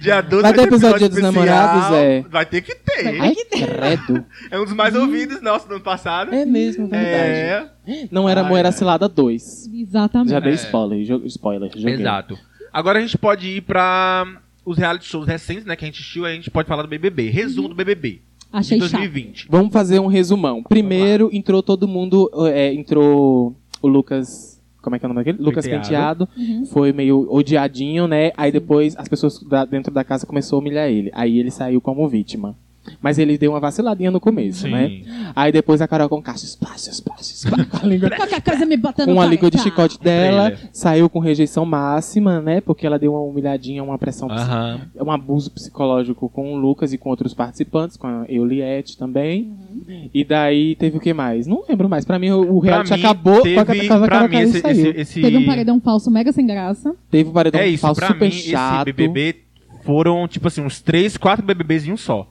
B: Dia 12
A: Vai ter episódio
B: especial.
A: dos namorados, é.
B: Vai ter que ter.
A: Ai, credo.
B: É um dos mais ouvidos nossos do ano passado.
A: É mesmo, verdade.
B: É.
A: Não era
B: Ai,
A: amor, era
B: ai.
A: cilada 2.
C: Exatamente.
A: Já dei
B: É.
A: spoiler, jo- spoiler, joguei.
B: Exato. Agora a gente pode ir pra os reality shows recentes, né? Que a gente assistiu, aí a gente pode falar do BBB. Resumo do BBB.
C: Achei
B: de
C: chato.
B: 2020.
A: Vamos fazer um resumão. Primeiro, entrou todo mundo. é, entrou o Lucas. Como é que é o nome daquele? Lucas
B: Penteado.
A: Penteado.
C: Uhum.
A: Foi meio odiadinho, né? Aí depois as pessoas da- dentro da casa começaram a humilhar ele. Aí ele saiu como vítima. Mas ele deu uma vaciladinha no começo, né? Aí depois a Carol com caixa, splash, splash, splash, com a língua,
C: Qualquer coisa me Tá. botando
A: com a
C: pra
A: língua de
C: cá.
A: chicote dela.
B: trailer.
A: Saiu com rejeição máxima, né? Porque ela deu uma humilhadinha, uma pressão psicológica
B: Aham.
A: é um abuso psicológico com o Lucas e com outros participantes, com a Euliette também. E daí teve o que mais? Não lembro mais. Pra mim, o o reality acabou.
B: teve,
A: com a Cata- Cata-
B: pra
A: Cata-
B: mim,
A: Cata-
B: esse...
A: saiu.
B: esse, esse...
C: Teve um paredão falso mega sem graça.
A: Teve o paredão
B: É isso,
A: falso
B: pra
A: Então, super
B: mim,
A: chato.
B: esse BBB foram, tipo assim, uns três, quatro BBBs em um só.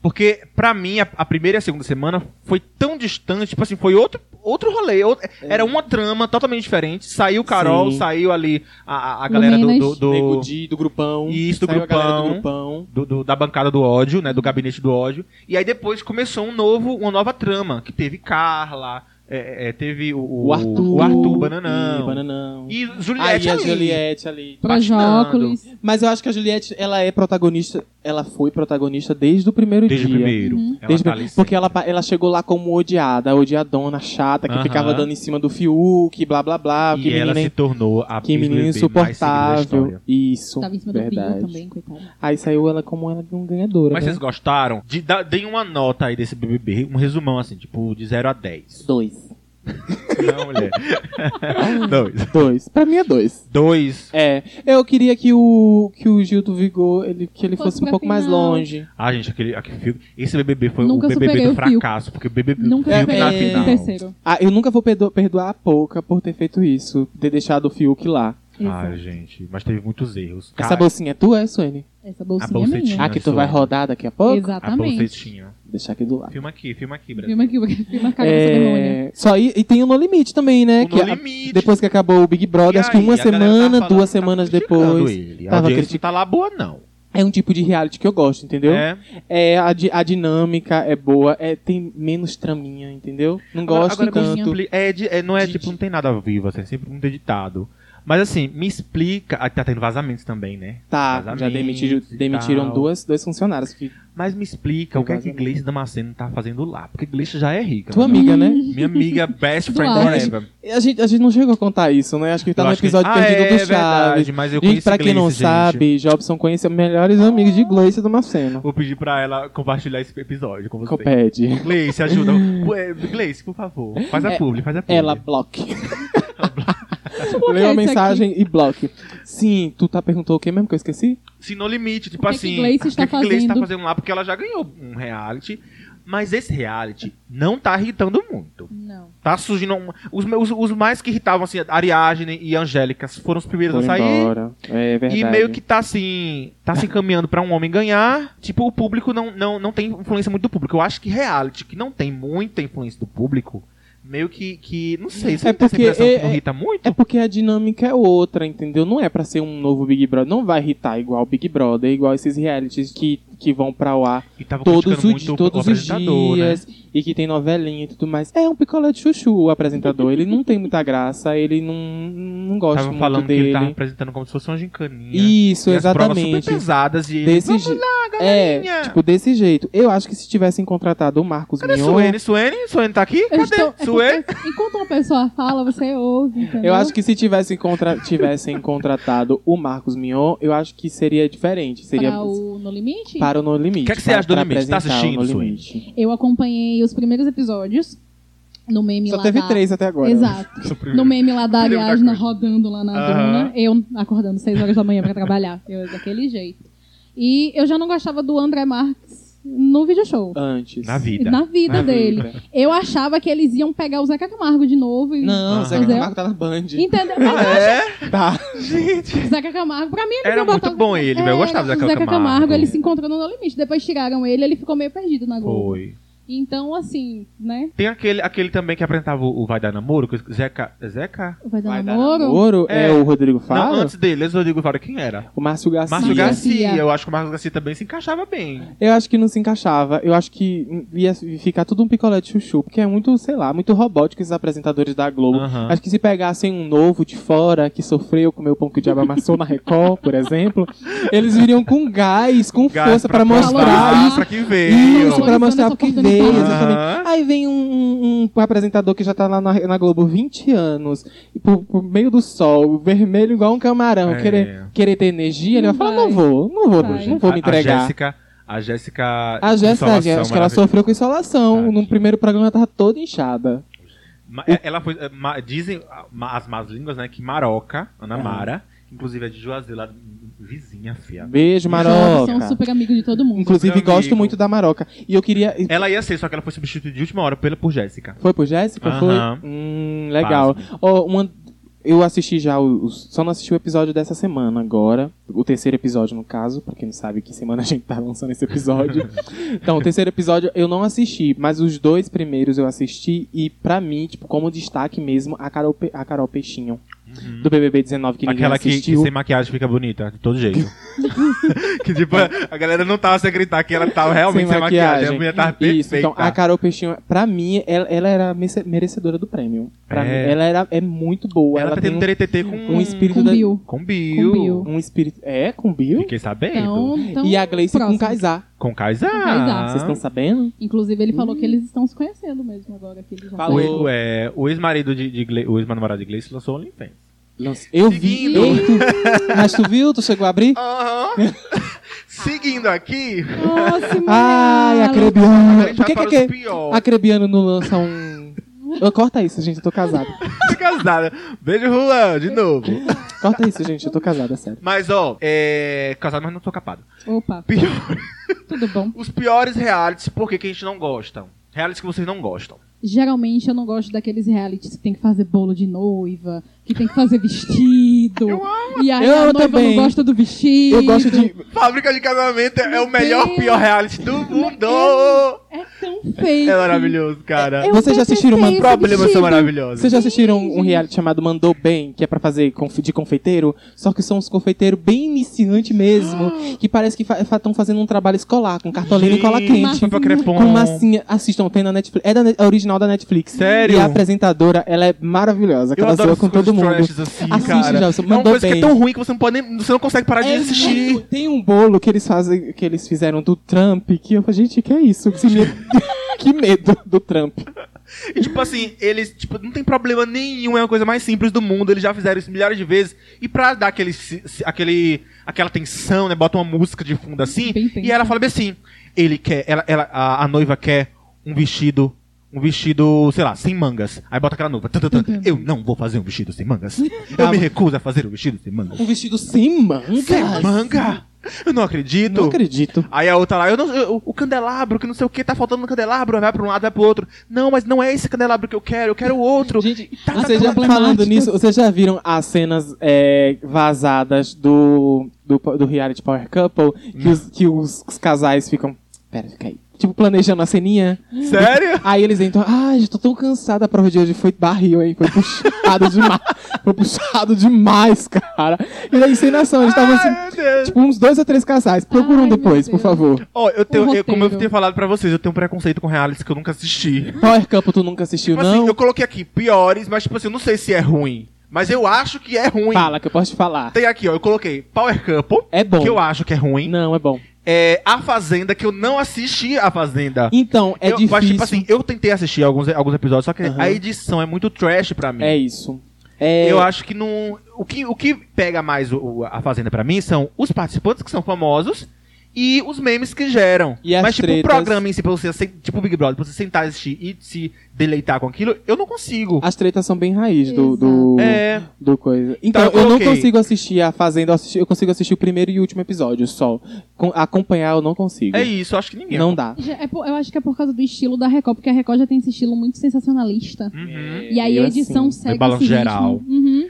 B: Porque, pra mim, a, a primeira e a segunda semana foi tão distante, tipo assim, foi outro, outro rolê. out- Era uma trama totalmente diferente. Saiu Carol,
A: É. Sim.
B: saiu ali a, a- a galera do- do-
C: Meninas.
B: do-
A: Nego Di, do grupão.
B: Isso, do
A: Saiu a galera do
B: grupão.
A: grupão.
B: do- do- da bancada do ódio, né? Do gabinete do ódio. E aí depois começou um novo, uma nova trama, que teve Carla, é, é, teve o,
A: O Arthur.
B: o Arthur
A: E
B: Bananão.
A: Bananão.
B: E,
A: Aí
B: Juliette
A: a
B: ali.
A: Juliette ali.
C: Projócolis.
A: Mas eu acho que a Juliette, ela é protagonista. Ela foi protagonista desde o primeiro
B: Desde o
A: dia.
B: primeiro. Ela
A: Uhum. Desde
B: tá
A: bem-
B: ali
A: porque ela, pa- ela chegou lá como odiada, a odiadona, chata, que
B: Aham.
A: ficava dando em cima do Fiuk, blá blá blá. que
B: e ela
A: menina,
B: se tornou a
A: que menina
B: BBB mais seguida da
A: insuportável.
B: história.
A: Isso.
C: Tava em cima do
A: verdade.
C: Pinho também, coitado.
A: Aí saiu ela como ela não ganhadora.
B: Mas
A: né?
B: vocês gostaram? De, da, deem uma nota aí desse BBB, um resumão assim, tipo de 0 a 10.
A: Dois.
B: Não, mulher. Dois.
A: Dois. Pra mim é dois.
B: Dois.
A: É. Eu queria que o, que o Gil do Vigor, ele, que ele
C: Fosse
A: fosse um
C: pra
A: pouco mais
C: final.
A: longe.
B: Ah, gente, aquele, aquele filme. Esse BBB foi um
C: Nunca
B: o BBB
C: superei
B: do
C: o Fiuk.
B: fracasso, porque o BBB
C: Nunca
B: Fiuk
C: superei
B: É, na
A: o
B: final.
C: terceiro.
A: Ah, eu nunca vou perdo- perdoar a Pouca por ter feito isso, ter deixado o Fiuk lá.
B: Ai, gente, mas teve muitos erros.
A: Essa bolsinha é tua, é, Suene?
C: Essa bolsinha é
B: bolsa
C: minha.
B: tinha.
A: Ah, que tu vai
B: Suene.
A: rodar daqui a pouco?
B: a
C: Exatamente.
B: bolsetinha.
A: Vou deixar aqui do lado.
B: Filma aqui, filma aqui, Brasil.
C: Filma aqui, filma a cara dessa demônia.
A: É, só aí, e tem o No Limite também, né?
B: O
A: que
B: No
A: a-
B: Limite.
A: depois que acabou o Big
B: E
A: Brother, acho que
B: aí,
A: uma
B: a galera tá
A: semana,
B: falando,
A: duas
B: tá
A: semanas
B: criticando
A: depois.
B: Ele. A
A: tava
B: audiência não
A: criticando.
B: tá lá boa, não.
A: É um tipo de reality que eu gosto, entendeu? É,
B: É.
A: a, di- a dinâmica é boa, é, tem menos traminha, entendeu? Não gosto
B: agora, agora me
A: tanto.
B: expli- É, de- é, não é
A: De-
B: tipo, não tem nada vivo, assim, sempre muito editado. Mas assim, me explica. Ah, tá tendo vazamentos também, né?
A: Tá,
B: Vazamentos
A: já demitiram,
B: e
A: demitiram
B: tal.
A: duas, dois funcionários. Que,
B: Mas me explica
A: Tem
B: o que é que
A: vazamento.
B: Gleice Damasceno tá fazendo lá. Porque Gleice já é rica.
A: tua
B: né?
A: amiga, né?
B: Minha amiga, best friend
C: Duarte.
B: forever.
A: A gente, a gente não chegou a contar isso, né? Acho que tá
B: Eu
A: no
B: acho que-
A: episódio
B: Ah,
A: perdido
B: é,
A: do Chaves.
B: verdade, mas eu
A: gente,
B: conheci
A: pra quem não
B: Gleice, gente.
A: sabe, Jobson conhece os melhores amigos de Gleice do Maceno.
B: Vou pedir pra ela compartilhar esse episódio com você.
A: Copete.
B: Gleice, ajuda. Ué, Gleice, por favor. Faz a
A: É,
B: publi, faz a publi.
A: Ela bloque.
C: Por que
A: Tipo, Leu a
C: isso aqui?
A: mensagem e bloque. Sim, tu tá perguntou o que mesmo que eu esqueci?
B: Se no limite, tipo
C: O que que
B: assim.
C: Gleice está
B: o que que Gleice tá
C: fazendo?
B: fazendo lá? Porque ela já ganhou um reality. Mas esse reality não tá irritando muito.
C: Não.
B: Tá surgindo. um- os, meus- os mais que irritavam, assim, Ariadne e Angélica foram os primeiros
A: Foram
B: a sair.
A: embora. É verdade.
B: E meio que tá assim. Tá se encaminhando pra um homem ganhar. Tipo, o público não, não, não tem influência muito do público. Eu acho que reality, que não tem muita influência do público, meio que. que não sei, você
A: É
B: não tem essa
A: porque
B: impressão
A: é-
B: que não irrita muito?
A: É porque a dinâmica é outra, entendeu? Não é pra ser um novo Big Brother. Não vai irritar igual o Big Brother, igual esses realities que que vão pra ao ar
B: E tava
A: todos,
B: criticando
A: os,
B: muito o-
A: todos
B: o
A: os
B: apresentador, né?
A: dias e que tem novelinha e tudo mais. É um picolé de chuchu o apresentador. ele não tem muita graça, ele não, não
B: Né?
A: gosta
B: Tava
A: muito
B: falando que
A: dele.
B: ele tava apresentando como se fosse uma gincaninha.
A: Isso,
B: e as provas super
A: exatamente.
B: pesadas e...
A: Desse
B: Vamos
A: je-
B: lá, galerinha!
A: É, tipo, desse jeito. Eu acho que se tivessem contratado o Marcos
B: Cadê
A: Mion,
B: Suene? Suene? Suene tá aqui?
C: Eu
B: Cadê?
C: estou- é porque
B: Suene?
C: enquanto uma pessoa fala, você ouve.
A: eu acho que se tivessem, contra... tivessem contratado o Marcos Mion, eu acho que seria diferente. Seria
C: Pra o No Limite?
A: para o No Limite.
B: O que é que você
A: para-
B: acha do
A: para
B: Limite? Tá
A: apresentar o
B: assistindo,
A: No
B: Suene?
A: Limite.
C: Eu acompanhei os primeiros episódios no meme
A: Só
C: lá
A: teve
C: da-
A: três até agora.
C: Exato. No
B: Uhum.
C: meme lá da
B: Primeiro da
C: Ariadna
B: é coisa.
C: rodando lá na
B: Aham.
C: dona, eu acordando 6 horas da manhã pra trabalhar. Eu daquele jeito. E eu já não gostava do André Marques no video show.
A: Antes.
B: Na vida.
C: Na vida
B: Na
C: dele. Eu achava que eles iam pegar o Zeca Camargo de novo. E...
A: Não,
B: Ah.
A: o Zeca
C: Zé-
A: Camargo tá na Band.
C: Entendeu?
B: É?
A: Tá.
B: Gente...
C: Zeca Camargo, pra mim, ele
B: Era
C: não botava-
B: muito bom ele, velho. Eu
C: Era,
B: gostava do
C: o
B: Zeca
C: É, Zeca
B: Camargo.
C: Camargo. ele se encontrou no No Limite. Depois tiraram ele, ele ficou meio perdido na Globo.
B: Foi.
C: Então, assim, né?
B: Tem aquele, aquele também que apresentava o o Vai Dar Namoro, que o Zeca... é Zeca?
C: Vai dar
A: Vai dar
C: namoro.
A: namoro? É.
B: É.
A: o Rodrigo Faro?
B: Não, antes dele, antes do Rodrigo Faro, quem era?
A: O Márcio Garcia.
B: Márcio
C: Sim.
B: Garcia.
C: Garcia.
B: Eu acho que o Márcio Garcia também se encaixava bem.
A: Eu acho que não se encaixava. Eu acho que ia ficar tudo um picolé de chuchu, porque é muito, sei lá, muito robótico esses apresentadores da Globo.
B: Aham.
A: Acho que se pegassem um novo de fora que sofreu com o meu pão que o diabo amassou na Record, por exemplo, eles viriam com gás, com
B: Gás
A: força pra
B: provar,
A: mostrar isso.
B: Pra que veio.
A: Isso, pra mostrar
C: Essa
A: porque veio,
C: oportunidade.
A: exatamente.
B: Aham.
A: Aí vem um, um- um apresentador que já tá lá na, na Globo 20 anos, e pro, pro meio do sol, vermelho igual um camarão,
B: É.
A: querer, querer ter energia, ele
C: Não
A: vai falar, não
C: vai.
A: vou, não vou,
C: Vai.
A: não vou me
B: A
A: entregar.
B: Jéssica. A Jéssica.
A: A Jéssica,
B: Consolação,
A: acho que ela
B: maravilhosa.
A: sofreu com insolação.
B: Tadinha.
A: No primeiro programa ela tava toda inchada.
B: Ma- é- Ela foi. é, ma- Dizem ah, ma- as más línguas, né? Que Maroca, Ana
A: Ah.
B: Mara, que inclusive é de Juazeiro, lá do- vizinha, fia.
A: Beijo,
C: São
A: Maroca.
C: super amigos de todo mundo.
A: Inclusive,
B: Meu amigo.
A: gosto muito da Maroca. E eu queria.
B: Ela ia ser, só que ela foi substituída de última hora pela por Jéssica.
A: Foi por Jéssica?
B: Aham.
A: Foi? Hum, legal. Ó, uma- Eu assisti já os. Só não assisti o episódio dessa semana agora. O terceiro episódio, no caso, pra quem não sabe que semana a gente tá lançando esse episódio. então, o terceiro episódio eu não assisti, mas os dois primeiros eu assisti. E pra mim, tipo, como destaque mesmo, a Carol, Pe- a Carol Peixinho,
B: Uhum.
A: do BBB 19, que ninguém
B: Aquela que, que
A: assistiu.
B: sem maquiagem fica bonita, de todo jeito. que tipo, a galera não tava sem gritar que ela tava realmente sem, maquiagem. A mulher tava perfeita.
A: Isso, então a Carol Peixinho, pra mim, ela, ela era merece- merecedora do prêmio. Pra
B: É.
A: mim, ela era, é muito boa.
B: ela,
A: Ela,
B: tá
A: tem
B: tendo
A: um,
B: TTT com
A: um espírito
C: Com
A: da-
C: Bill.
B: Com Bill.
C: Com Bill.
A: um espírito. É, com Bill?
B: Fiquei sabendo.
C: Então, então,
A: e a Gleice
C: próximo.
A: com Kaysar.
B: Com Kaysar.
C: Kaysar,
B: Ah.
A: Vocês estão sabendo?
C: Inclusive, ele
A: Hum.
C: falou que eles estão se conhecendo mesmo agora. Que eles já
A: Falou.
B: O,
C: saíram.
B: e- o, é, o ex-marido de, de Gleice, o ex-namorado de Gleice lançou o OnlyFans.
A: Nossa, Eu vi.
B: Seguindo.
A: ei, tu- Mas tu viu? Tu chegou a abrir?
B: Seguindo aqui,
C: Nossa,
A: Ai, a
C: Maria.
A: Crebiano. Por que que, que
B: pior.
A: a Crebiano não lança um. Ô, Corta isso, gente, eu tô casada.
B: casada. Beijo, Juan, de novo.
A: Corta isso, gente, eu tô casada, sério.
B: Mas, ó, é... Casado, mas não tô capado.
C: Opa,
B: Pior-
C: tudo bom.
B: Os piores realities, por que que a gente não gosta? Realities que vocês não gostam.
C: Geralmente eu não gosto daqueles realities que tem que fazer bolo de noiva, que tem que fazer vestido. Eu amo. E aí
A: Eu
C: a
A: amo
C: noiva
A: também.
C: não gosta do vestido.
A: Eu gosto de.
B: Fábrica de casamento é o melhor,
C: Deus.
B: pior reality do mundo.
C: É tão feio.
B: É maravilhoso, cara.
C: Eu
A: Vocês já assistiram uma
C: detestei esse
B: Problemas são
C: vestido.
B: maravilhosos.
A: Vocês já assistiram um reality chamado Mandou Bem, que é pra fazer conf- de confeiteiro? Só que são uns confeiteiros bem iniciante mesmo, que parece que estão fazendo um trabalho escolar, com cartolina e cola
B: Gente,
A: quente. assim?
B: papel crepom.
A: Com massinha. Assistam, tem na Netflix. É da Net- é original da Netflix.
B: Sério?
A: E a apresentadora, ela é maravilhosa, que
B: Eu
A: ela
B: adoro
A: zoa
B: essas
A: com todo
B: coisas
A: mundo.
B: trashes assim,
A: Assiste,
B: cara.
A: Gelson,
B: é uma
A: mandou
B: coisa que é
A: bem.
B: tão ruim que você não, pode nem, você não consegue parar de
A: É
B: assistir.
A: muito- Tem um bolo que eles fazem, que eles fizeram do Trump, que eu falei, gente, que é isso? Esse medo- que medo do Trump.
B: E, tipo assim, eles, tipo, não tem problema nenhum, é a coisa mais simples do mundo, eles já fizeram isso milhares de vezes. E pra dar aquele, si- si- aquele, aquela tensão, né, bota uma música de fundo assim,
C: Bem tenso.
B: e ela fala bem assim, ele quer, ela, ela- a, a noiva quer um vestido, um vestido, sei lá, sem mangas. Aí bota aquela noiva, tan, tan, tan,
C: Uhum.
B: eu não vou fazer um vestido sem mangas. Eu me recuso a fazer um vestido sem mangas.
A: Um vestido sem mangas.
B: Sem manga? Eu não acredito.
A: Não acredito.
B: Aí a outra lá, eu não, eu- o candelabro, que não sei o que, tá faltando no candelabro, vai pra um lado, vai pro outro. Não, mas não é esse candelabro que eu quero, eu quero o outro.
A: Gente,
B: Tá- tá
A: vocês já
C: problemáticas.
A: falando nisso, vocês já viram as cenas é, vazadas do, do, do reality Power Couple, que os, que os- os casais ficam. Pera, fica aí. tipo, planejando a ceninha.
B: Sério?
A: Aí eles entram, ai, já tô tão cansada, a prova de hoje foi barril, hein? Foi puxado demais. foi puxado demais, cara. E a encenação, eles estavam assim,
B: Ai, meu Deus.
A: tipo, uns dois a três casais. Procuram
C: Ai, meu
A: depois, por
C: Deus.
A: favor.
B: Ó, eu
A: um
B: tenho, eu- como eu
C: roteiro.
B: tenho falado pra vocês, eu tenho um preconceito com realities que eu nunca assisti.
A: Power Campo tu nunca assistiu,
B: Tipo
A: não?
B: assim, eu coloquei aqui piores, mas tipo assim, eu não sei se é ruim. Mas eu acho que é ruim.
A: Fala, que eu posso te falar.
B: Tem aqui, ó, eu coloquei Power Couple,
A: É bom.
B: que eu acho que é ruim.
A: Não, é bom.
B: É A Fazenda, que eu não assisti A Fazenda.
A: Então, é
B: eu,
A: difícil.
B: Mas, tipo assim, eu tentei assistir alguns, alguns episódios, só que
A: Aham.
B: a edição é muito trash pra mim.
A: É isso. É,
B: Eu acho que não. O que, o que pega mais o- o- a Fazenda pra mim são os participantes que são famosos e os memes que geram.
A: E as
B: Mas, tipo,
A: tretas.
B: o programa em si, pra você, se- tipo o Big Brother, pra você sentar e assistir e se deleitar com aquilo, eu não consigo.
A: As tretas são bem raiz do, do,
B: É.
A: do coisa. Então,
B: eu
A: eu, não
B: coloquei.
A: consigo assistir a Fazenda, eu, assisti- eu consigo assistir o primeiro e último episódio só. Com- acompanhar eu não consigo.
B: É isso, acho que ninguém.
A: Não dá.
C: Já é por- eu acho que é por causa do estilo da Record, porque a Record já tem esse estilo muito sensacionalista.
B: Uhum.
C: E aí
A: Eu,
C: a edição
A: assim,
C: segue
B: balanço
C: esse
B: é geral.
C: ritmo. Uhum.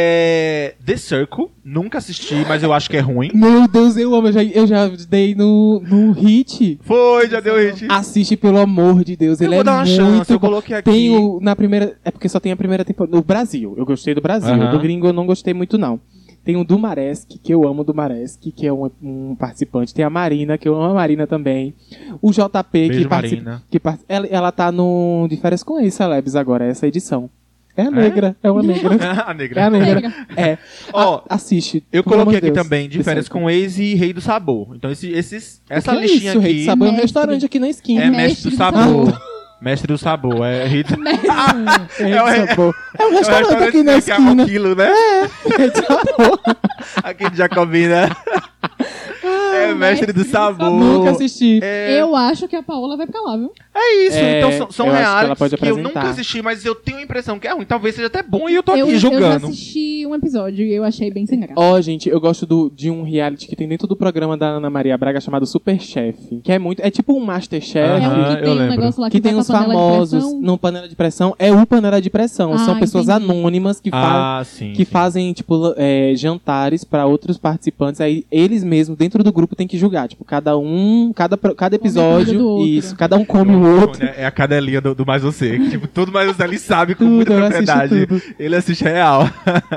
B: É, The Circle, nunca assisti, mas eu acho que é ruim.
A: Meu Deus, eu amo. Eu já, eu já dei no, no hit.
B: Foi, já deu hit.
A: Assiste, pelo amor de Deus.
B: Tipo,
A: Ah,
B: eu
A: Ele
B: vou
A: é
B: dar uma
A: muito
B: chance, eu
A: bom.
B: coloquei aqui.
A: Tem o, na primeira. É porque só tem a primeira temporada. No Brasil. Eu gostei do Brasil.
B: Aham.
A: Do gringo eu não gostei muito, não. Tem o Dumaresque, que eu amo o Dumaresque, que é um, um participante. Tem a Marina, que eu amo a Marina também. O JP,
B: Beijo,
A: que participa.
B: Marina.
A: Que part... ela, ela tá no. De férias com ex Celebs agora, essa edição. É a negra, é, uma negra.
B: a
A: É a
B: Ah, negra.
A: negra. É.
B: Ó,
A: A- assiste.
B: eu
A: pelo
B: coloquei
A: amor de
B: aqui
A: Deus.
B: também de férias com ex e Rei do Sabor. Então esse, esses, essa
A: O que é
B: listinha
A: isso,
B: aqui.
A: Rei de Sabor é um
C: Mestre.
A: restaurante aqui na esquina.
B: É mestre do sabor. Mestre do sabor, é Rei do
A: É, Rei
B: é o-
A: de Sabor. É um
B: É o
A: restaurante aqui na
B: que é um
A: esquina.
B: quilo, né?
A: Rei de Sabor.
B: Aqui de Jacobina.
A: Ah,
B: É mestre do
A: Nunca
B: sabor.
A: assisti.
B: É,
C: Eu acho que a Paola vai pra lá, viu?
B: é isso,
A: É,
B: então são, são
A: eu acho que ela
B: reais que,
A: pode
B: eu
A: apresentar.
B: nunca assisti, mas eu tenho a impressão que é ruim. Talvez seja até bom e eu tô
C: eu,
B: aqui
C: eu já
B: julgando.
C: assisti um episódio e eu achei bem sem graça.
A: Ó, gente, eu gosto do- de um reality que tem dentro do programa da Ana Maria Braga chamado Superchef. Que é muito. É tipo um Masterchef.
C: é
B: Aham,
C: um que tem
B: eu
C: um
B: lembro.
C: negócio lá
A: Que tem
C: vai
A: uns
C: pra panela de
A: famosos
C: pressão.
A: no panela de pressão. É o panela de pressão.
C: Ah,
A: São pessoas
C: entendi.
A: anônimas que, fa-
B: Ah, sim.
A: que
B: sim.
A: fazem, tipo, la- é, jantares pra outros participantes. Aí eles mesmos, dentro do grupo, tem que julgar. Tipo, cada um, cada, pro- cada
C: comida
A: episódio.
C: do outro.
A: Isso, cada um come o outro.
B: É a cadelinha do, do Mais Você. que, Tipo, todo Mais Você ali sabe com muita
A: Tudo, eu assisto
B: propriedade.
A: tudo.
B: Ele assiste real.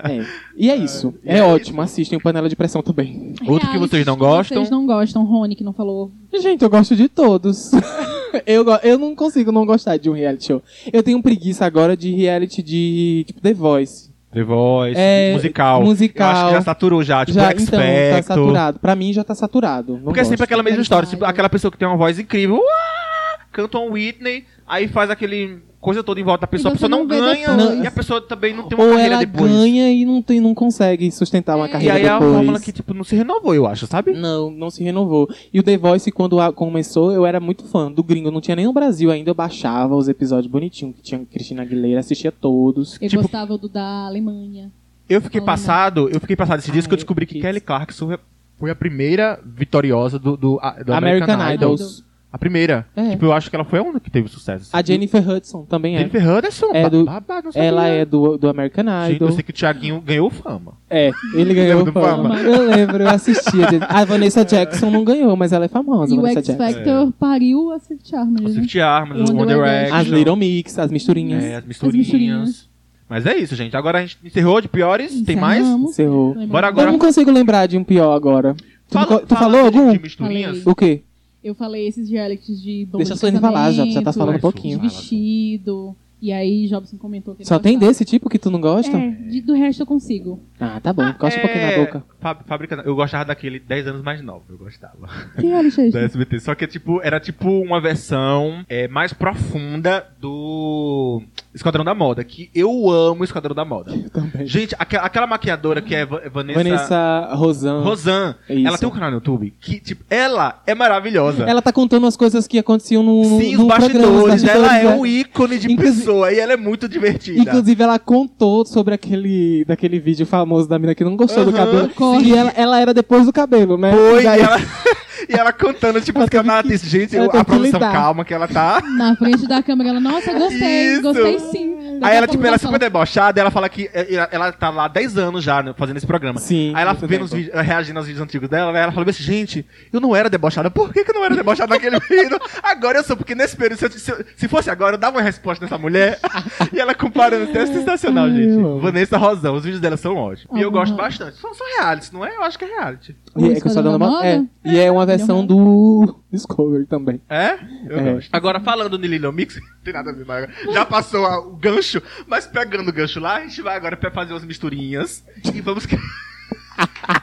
A: É. E é isso.
B: e
A: É,
B: é
A: ótimo. Assistem o Panela de Pressão também.
B: Outro que
C: Realities
B: vocês não
C: que
B: gostam?
C: Vocês não gostam, Rony, que não falou.
A: Gente, eu gosto de todos. eu, go- eu não consigo não gostar de um reality show. Eu tenho preguiça agora de reality de, tipo, The Voice.
B: The Voice,
A: É,
B: musical.
A: musical.
B: Eu acho que já saturou já. Tipo,
A: já,
B: X
A: então, tá
B: Factor.
A: saturado. Pra mim, já tá saturado. Não
B: Porque é sempre
A: gosto.
B: aquela mesma
C: Verdade.
B: história. Tipo, aquela pessoa que tem uma voz incrível, uá, canta um Whitney, aí faz aquele coisa toda em volta da pessoa, a
C: você
B: pessoa não,
C: não vê
B: ganha
A: depois.
B: e a pessoa também não tem uma
A: Ou
B: carreira
A: ela
B: depois.
A: ganha e não, tem, não consegue sustentar uma
C: E
B: e
A: carreira
B: aí é a
A: depois.
B: fórmula que, tipo, não se renovou, eu acho, sabe?
A: Não, não se renovou. E o The Voice, quando a- começou, eu era muito fã do gringo. Não tinha nem no Brasil ainda. Eu baixava os episódios bonitinhos que tinha Cristina Aguilera, assistia todos.
C: Eu
B: Tipo-
C: gostava do da Alemanha.
B: Eu fiquei
C: Olha.
B: passado, eu fiquei passado esse dia
A: Ai,
B: que eu descobri que
A: que-
B: Kelly Clarkson foi a- foi a primeira vitoriosa do, do, a- do
A: American,
C: Idol.
A: Idols.
B: A primeira.
A: É.
B: Tipo, eu acho que ela foi a única que teve sucesso. assim.
A: A Jennifer Hudson também é.
B: Jennifer Hudson,
A: É
B: ba-
A: do-
B: babado, não sabia.
A: Ela é do, do American
B: Gente,
A: Idol.
B: eu sei que o Thiaguinho ganhou fama.
A: É, ele ganhou
B: Lembra do
A: fama.
C: Fama?
A: Eu lembro, eu assistia. gente. A Vanessa Jackson não ganhou, mas ela é famosa,
C: e o
A: Vanessa
C: X
A: Jackson.
C: Factor
B: É.
C: pariu a Swift Charmer.
B: O
C: né?
B: Swift Arms, o
C: One
B: One
C: Direction.
B: Direction.
A: As Little Mix, as misturinhas.
B: É, as misturinhas.
C: misturinhas.
B: Mas é isso, gente. Agora a gente encerrou de piores. Tem mais?
C: Encerramos.
A: Encerrou.
B: Bora
A: Eu
B: agora.
A: não consigo lembrar de um pior agora. Tu, não
B: Fala-
A: co- tu
B: fala
A: falou
B: de-
A: algum?
B: De misturinhas?
A: O quê?
C: Eu falei esses realities de bomba
A: Deixa a
C: de
A: Suene falar, já, já tá
C: casamento,
A: falando um
B: Vai, Su.
A: pouquinho.
C: de vestido. E aí Jobson comentou que ele
A: Só tem
C: gostava.
A: desse tipo que tu não gosta?
C: É, de- do resto eu consigo.
A: Ah, tá bom. Gosta um pouquinho na boca.
B: Fá- Fábrica, não. eu gostava daquele 10 anos mais novo, eu gostava.
C: Que reality é
B: Da
C: esse?
B: SBT. Só que tipo, era tipo uma versão é, mais profunda do Esquadrão da Moda, que eu amo Esquadrão da Moda.
A: Também.
B: Gente, aqua- aquela, maquiadora que é Va- Vanessa,
A: Vanessa Rosan.
B: Rosan,
A: Isso.
B: ela tem um canal no YouTube que, tipo, ela é maravilhosa.
A: Ela tá contando as coisas que aconteciam no, no,
B: Sim,
A: no
B: os
A: programa, os
B: bastidores, ela é
A: bastidores, né?
B: um ícone de
A: Inclusive-
B: pessoa e ela é muito divertida.
A: Inclusive, ela contou sobre aquele daquele vídeo famoso da mina que não gostou do
B: Aham,
A: cabelo.
C: sim.
A: E ela, ela era depois do cabelo, né?
B: Foi,
A: E aí-
B: e ela, e ela cantando, tipo,
A: Ela
B: os
A: teve
B: camaradas.
A: que-
B: disse, Gente,
A: ela
B: eu-
A: teve
B: a
A: que
B: produção,
A: lidar.
B: calma, que ela tá.
C: Na frente da câmera, ela, nossa, gostei,
B: Isso.
C: gostei sim.
B: Aí ela, tipo,
C: pouco
B: ela é
C: vai
B: super debochada, ela fala que ela, ela tá lá há 10 anos já né, fazendo esse programa.
A: Sim,
B: Aí ela
A: muito
B: vendo os
A: tempo.
B: vídeos, ela reagindo aos vídeos antigos dela, ela fala assim, gente, eu não era debochada. Por que, que eu não era debochada naquele período? Agora eu sou, porque nesse período, se, eu- se eu- se fosse agora, eu dava uma resposta nessa mulher. e ela comparando, isso é sensacional,
A: Ai,
B: gente.
A: eu amo.
B: Vanessa Rosão, os vídeos dela são ótimos. E eu
C: Aham.
B: gosto bastante. São, são reality, não é? Eu acho que é reality.
A: E é,
C: Música
A: que eu sou
C: da
A: dando uma-
C: moda?
A: é, e é uma versão do Discovery também.
B: É? Eu
A: É.
B: gosto. Agora, falando de Lilo Mix, não tem nada a ver, mas já passou a- o gancho, mas pegando o gancho lá, a gente vai agora pra fazer umas misturinhas e vamos...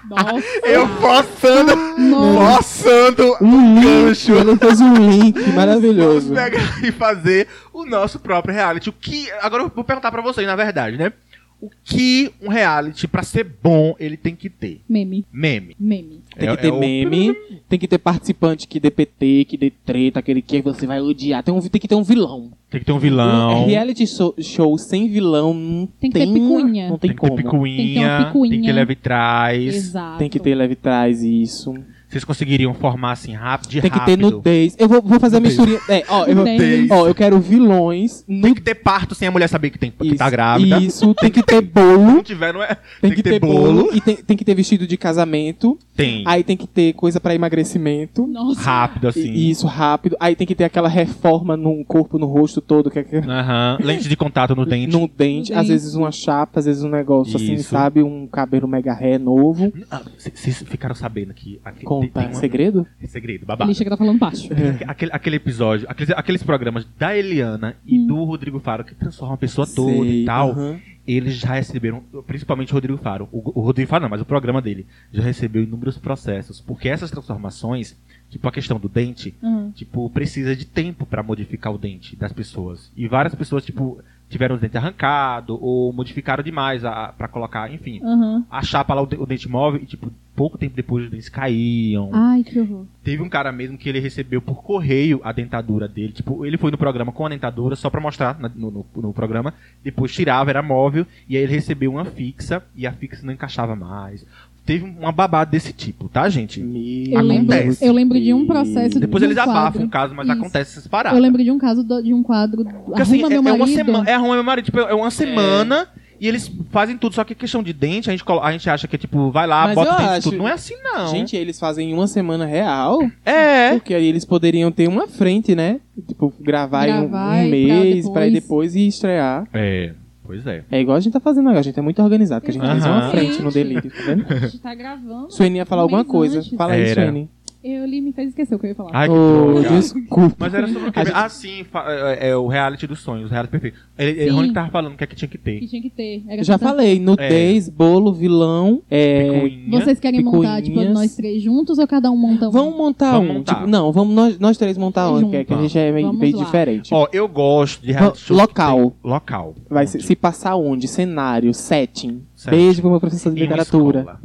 C: Nossa.
B: Eu forçando,
C: Nossa.
B: forçando
A: Um link,
B: gancho.
A: ela fez um link
B: Vamos
A: maravilhoso.
B: pegar e fazer o nosso próprio reality. O que. Agora eu vou perguntar pra vocês, na verdade, né? O que um reality, pra ser bom, ele tem que ter?
C: Meme.
B: Meme.
C: Meme.
A: Tem
B: É-
A: que ter
B: é o-
A: meme, tem que ter participante que dê PT, que dê treta, aquele que você vai odiar. Tem, um, tem que ter um vilão. É
B: Tem que ter um vilão.
A: Reality show, show sem vilão não
C: Tem
A: tem,
C: que ter picuinha.
A: Não tem,
B: Tem que ter
A: como.
B: picuinha.
C: Tem que ter uma
B: Tem que
C: picuinha.
B: ter leve trás.
C: Exato.
A: Tem que ter leve trás isso.
B: Vocês conseguiriam formar assim rápido, de
A: tem que ter
B: rápido.
A: nudez. Eu vou, vou fazer a
B: Nudez.
A: misturinha. É, ó, eu, vou-
C: Nudez.
A: ó, eu quero vilões.
B: Tem
A: Nu...
B: que ter parto sem a mulher saber que, tem, que tá
A: isso,
B: grávida.
A: Isso, tem que ter
B: Se
A: bolo.
B: não tiver, não é.
A: Tem, que, ter bolo. E tem, tem que ter vestido de casamento.
B: Tem.
A: Aí tem que ter coisa pra emagrecimento.
C: Nossa.
B: Rápido, assim.
A: E- Isso, rápido. Aí tem que ter aquela reforma no corpo, no rosto todo, que é que-
B: Aham. Lente de contato no dente.
A: no dente,
C: No
A: às
C: dente.
A: vezes uma chapa, às vezes um negócio assim,
B: Isso.
A: sabe? Um cabelo mega ré novo.
B: Vocês Ah, ficaram sabendo que aqui
A: Conta,
B: uma- é.
A: segredo?
B: segredo,
C: Ele
B: babado.
C: chega tá falando baixo.
B: Aquele, aquele episódio, aqueles, aqueles programas da Eliana e do Rodrigo Faro que transformam a pessoa toda
A: Hum. Sei,
B: e tal,
A: aham.
B: eles já receberam, principalmente o Rodrigo Faro, o, o Rodrigo Faro não, mas o programa dele já recebeu inúmeros processos, porque essas transformações, tipo a questão do dente,
C: Aham.
B: tipo, precisa de tempo pra modificar o dente das pessoas. E várias pessoas, tipo, tiveram o dente arrancado ou modificaram demais a, pra colocar, enfim.
C: Aham.
B: A chapa lá, o, de- o dente móvel, e tipo, pouco tempo depois os dentes caíam.
C: Ai, que horror.
B: Teve um cara mesmo que ele recebeu por correio a dentadura dele. Tipo, ele foi no programa com a dentadura só pra mostrar na- no, no- no programa. Depois tirava, era móvel. E aí ele recebeu uma fixa e a fixa não encaixava mais. Teve uma babada desse tipo, tá, gente?
A: Me-
C: Eu lembro,
B: Acontece.
C: eu lembro de um processo.
B: Depois
C: de um
B: eles abafam
C: quadro.
B: o caso, mas
C: Isso.
B: acontece essas paradas.
C: Eu lembro de um caso do- de um quadro.
B: Tá. Porque
C: Arruma
B: assim, é,
C: meu
B: é
C: marido.
B: uma semana. É arruma meu marido. Tipo, é uma semana e eles fazem tudo. Só que a questão de dente, a gente, colo- a gente acha que é tipo, vai lá,
A: Mas
B: bota
A: eu
B: o dente em
A: acho-
B: tudo. Não é assim, não.
A: Gente, eles fazem uma semana real,
B: é.
A: porque aí eles poderiam ter uma frente, né? Tipo, gravar, em um-
C: Gravar
A: um,
C: e pra
A: mês, pra ir
C: depois.
A: depois e estrear.
B: É, pois é.
A: É igual a gente tá fazendo agora, a gente é muito organizado, que a gente fez uma
B: Aham.
A: frente no delírio, tá vendo?
C: A gente tá gravando.
A: Suene ia falar
C: Um
A: alguma
C: mês
A: coisa.
C: antes.
A: Fala aí,
B: Era.
A: Suene.
C: Eu li me fez esquecer o que eu ia falar.
B: Ai, que
A: Ô,
B: droga.
A: desculpa.
B: Mas era sobre o quê?
A: A gente-
B: Ah, sim, fa- é, é o reality dos sonhos, o reality perfeito. Ele,
C: Sim.
B: ele Rony tava falando o que é que tinha que ter.
C: Que tinha que ter. Era
A: Eu já
C: tanta-
A: falei, nudez, bolo, vilão, é...
B: Picuinha.
C: Vocês querem montar, tipo,
A: Picuinhas.
C: nós três juntos ou cada um monta um?
A: Vamos montar
B: Vamos
A: um.
B: montar.
A: Tipo, não, vamos nós, nós três montar um, que, é que a
B: Juntar.
A: gente é meio,
C: Vamos
A: meio
C: lá.
A: diferente.
B: Ó, eu gosto de reality
A: Lo-
B: show. que
A: local.
B: tem- Local.
A: Vai se, se passar onde? Cenário, setting.
B: Certo.
A: Beijo pro meu professor de
B: Em uma
A: literatura.
B: escola.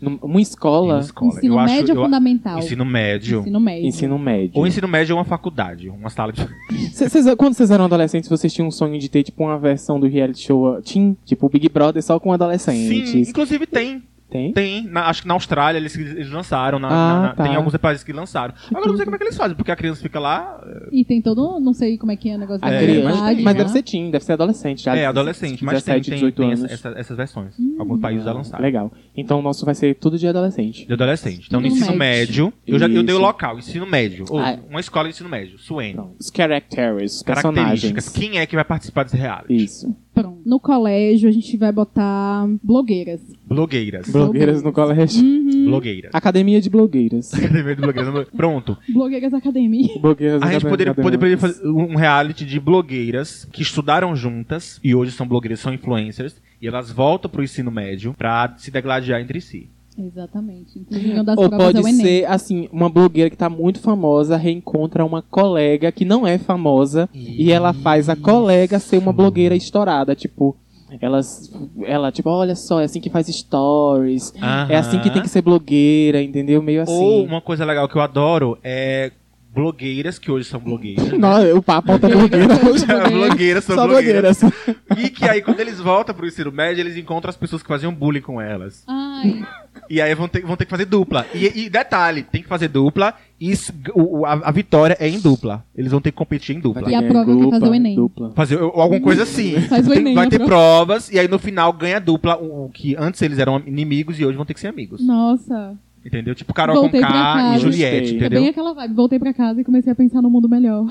A: Num- Uma escola,
B: Em uma escola.
C: Ensino
B: eu acho-
C: médio
B: eu-
C: ou fundamental?
B: Ensino médio.
C: Ensino médio.
A: ensino médio.
B: Ou ensino médio é uma faculdade, uma sala de.
A: Cê- cês- quando vocês eram adolescentes, vocês tinham um sonho de ter, tipo, uma versão do reality show uh, teen? Tipo, o Big Brother só com
B: Sim,
A: adolescentes.
B: inclusive tem.
A: Tem?
B: Tem. Na- acho que na Austrália eles, eles lançaram. na-
A: Ah,
B: na- na-
A: tá.
B: Tem alguns países que lançaram. Agora eu não
C: tudo.
B: sei como é que eles fazem, porque a criança fica lá.
C: E tem todo, não sei como é que é o negócio
A: A
C: da
B: É,
A: criança.
B: mas
C: idade,
A: Mas,
B: tem,
C: né?
A: deve ser teen, deve ser adolescente já.
B: é, adolescente, mas tem,
A: 17,
B: tem,
A: 18
B: tem
A: anos. Ah, Hum,
B: essa- essa- essas versões. Alguns países já lançaram.
A: Legal. Então o nosso vai ser tudo de adolescente.
B: De adolescente. Então, no
C: Ensino
B: ensino médio, eu já eu dei
A: Isso.
B: o local, ensino médio. Ou,
A: Ah.
B: uma escola de ensino médio, Suene.
A: Então, os characters, os
B: Características.
A: personagens.
B: Quem é que vai participar desse reality?
A: Isso.
C: Pronto. No colégio, a gente vai botar blogueiras.
B: Blogueiras.
A: Blogueiras no colégio.
B: Blogueiras.
A: Academia de blogueiras.
B: Academia de blogueiras. Pronto.
C: Blogueiras Academia.
A: blogueiras
B: A gente
A: academ-
B: poderia,
A: acadêmicas.
B: poderia fazer um reality de blogueiras que estudaram juntas e hoje são blogueiras, são influencers. E elas voltam pro ensino médio pra se degladiar entre si.
C: Exatamente. Inclusive, uma das
A: Ou
C: provas é
A: pode
C: o Enem.
A: ser, assim, uma blogueira que tá muito famosa reencontra uma colega que não é famosa e ela faz a colega ser uma blogueira estourada, tipo. Elas, ela, tipo, olha só, é assim que faz stories. É assim que tem que ser blogueira, entendeu? Meio assim.
B: Ou uma coisa legal que eu adoro é blogueiras, que hoje são blogueiras.
A: Não, o papo aponta blogueira.
C: Blogueira.
B: blogueiras são
A: Só assim.
B: blogueiras.
A: blogueiras.
B: E que aí, quando eles voltam pro ensino médio, eles encontram as pessoas que faziam bullying com elas.
C: Ai,
B: E aí vão ter, vão ter que fazer dupla. E, e detalhe, tem que fazer dupla e s- o- o- a, a vitória é em dupla. Eles vão ter que competir em dupla.
C: E a prova que fazer o Enem.
A: Dupla.
B: Fazer ou alguma coisa assim.
C: Faz o
B: Tem-
C: Enem,
B: vai
C: a
B: ter
C: prova.
B: provas e aí no final ganha a dupla, o, o que antes eles eram inimigos e hoje vão ter que ser amigos.
C: Nossa.
B: Entendeu? Tipo Carol
C: Voltei pra
B: Conká
C: casa.
B: e Juliette,
A: Gostei.
C: É
B: entendeu?
C: bem aquela vibe. Voltei pra casa e comecei a pensar no mundo melhor.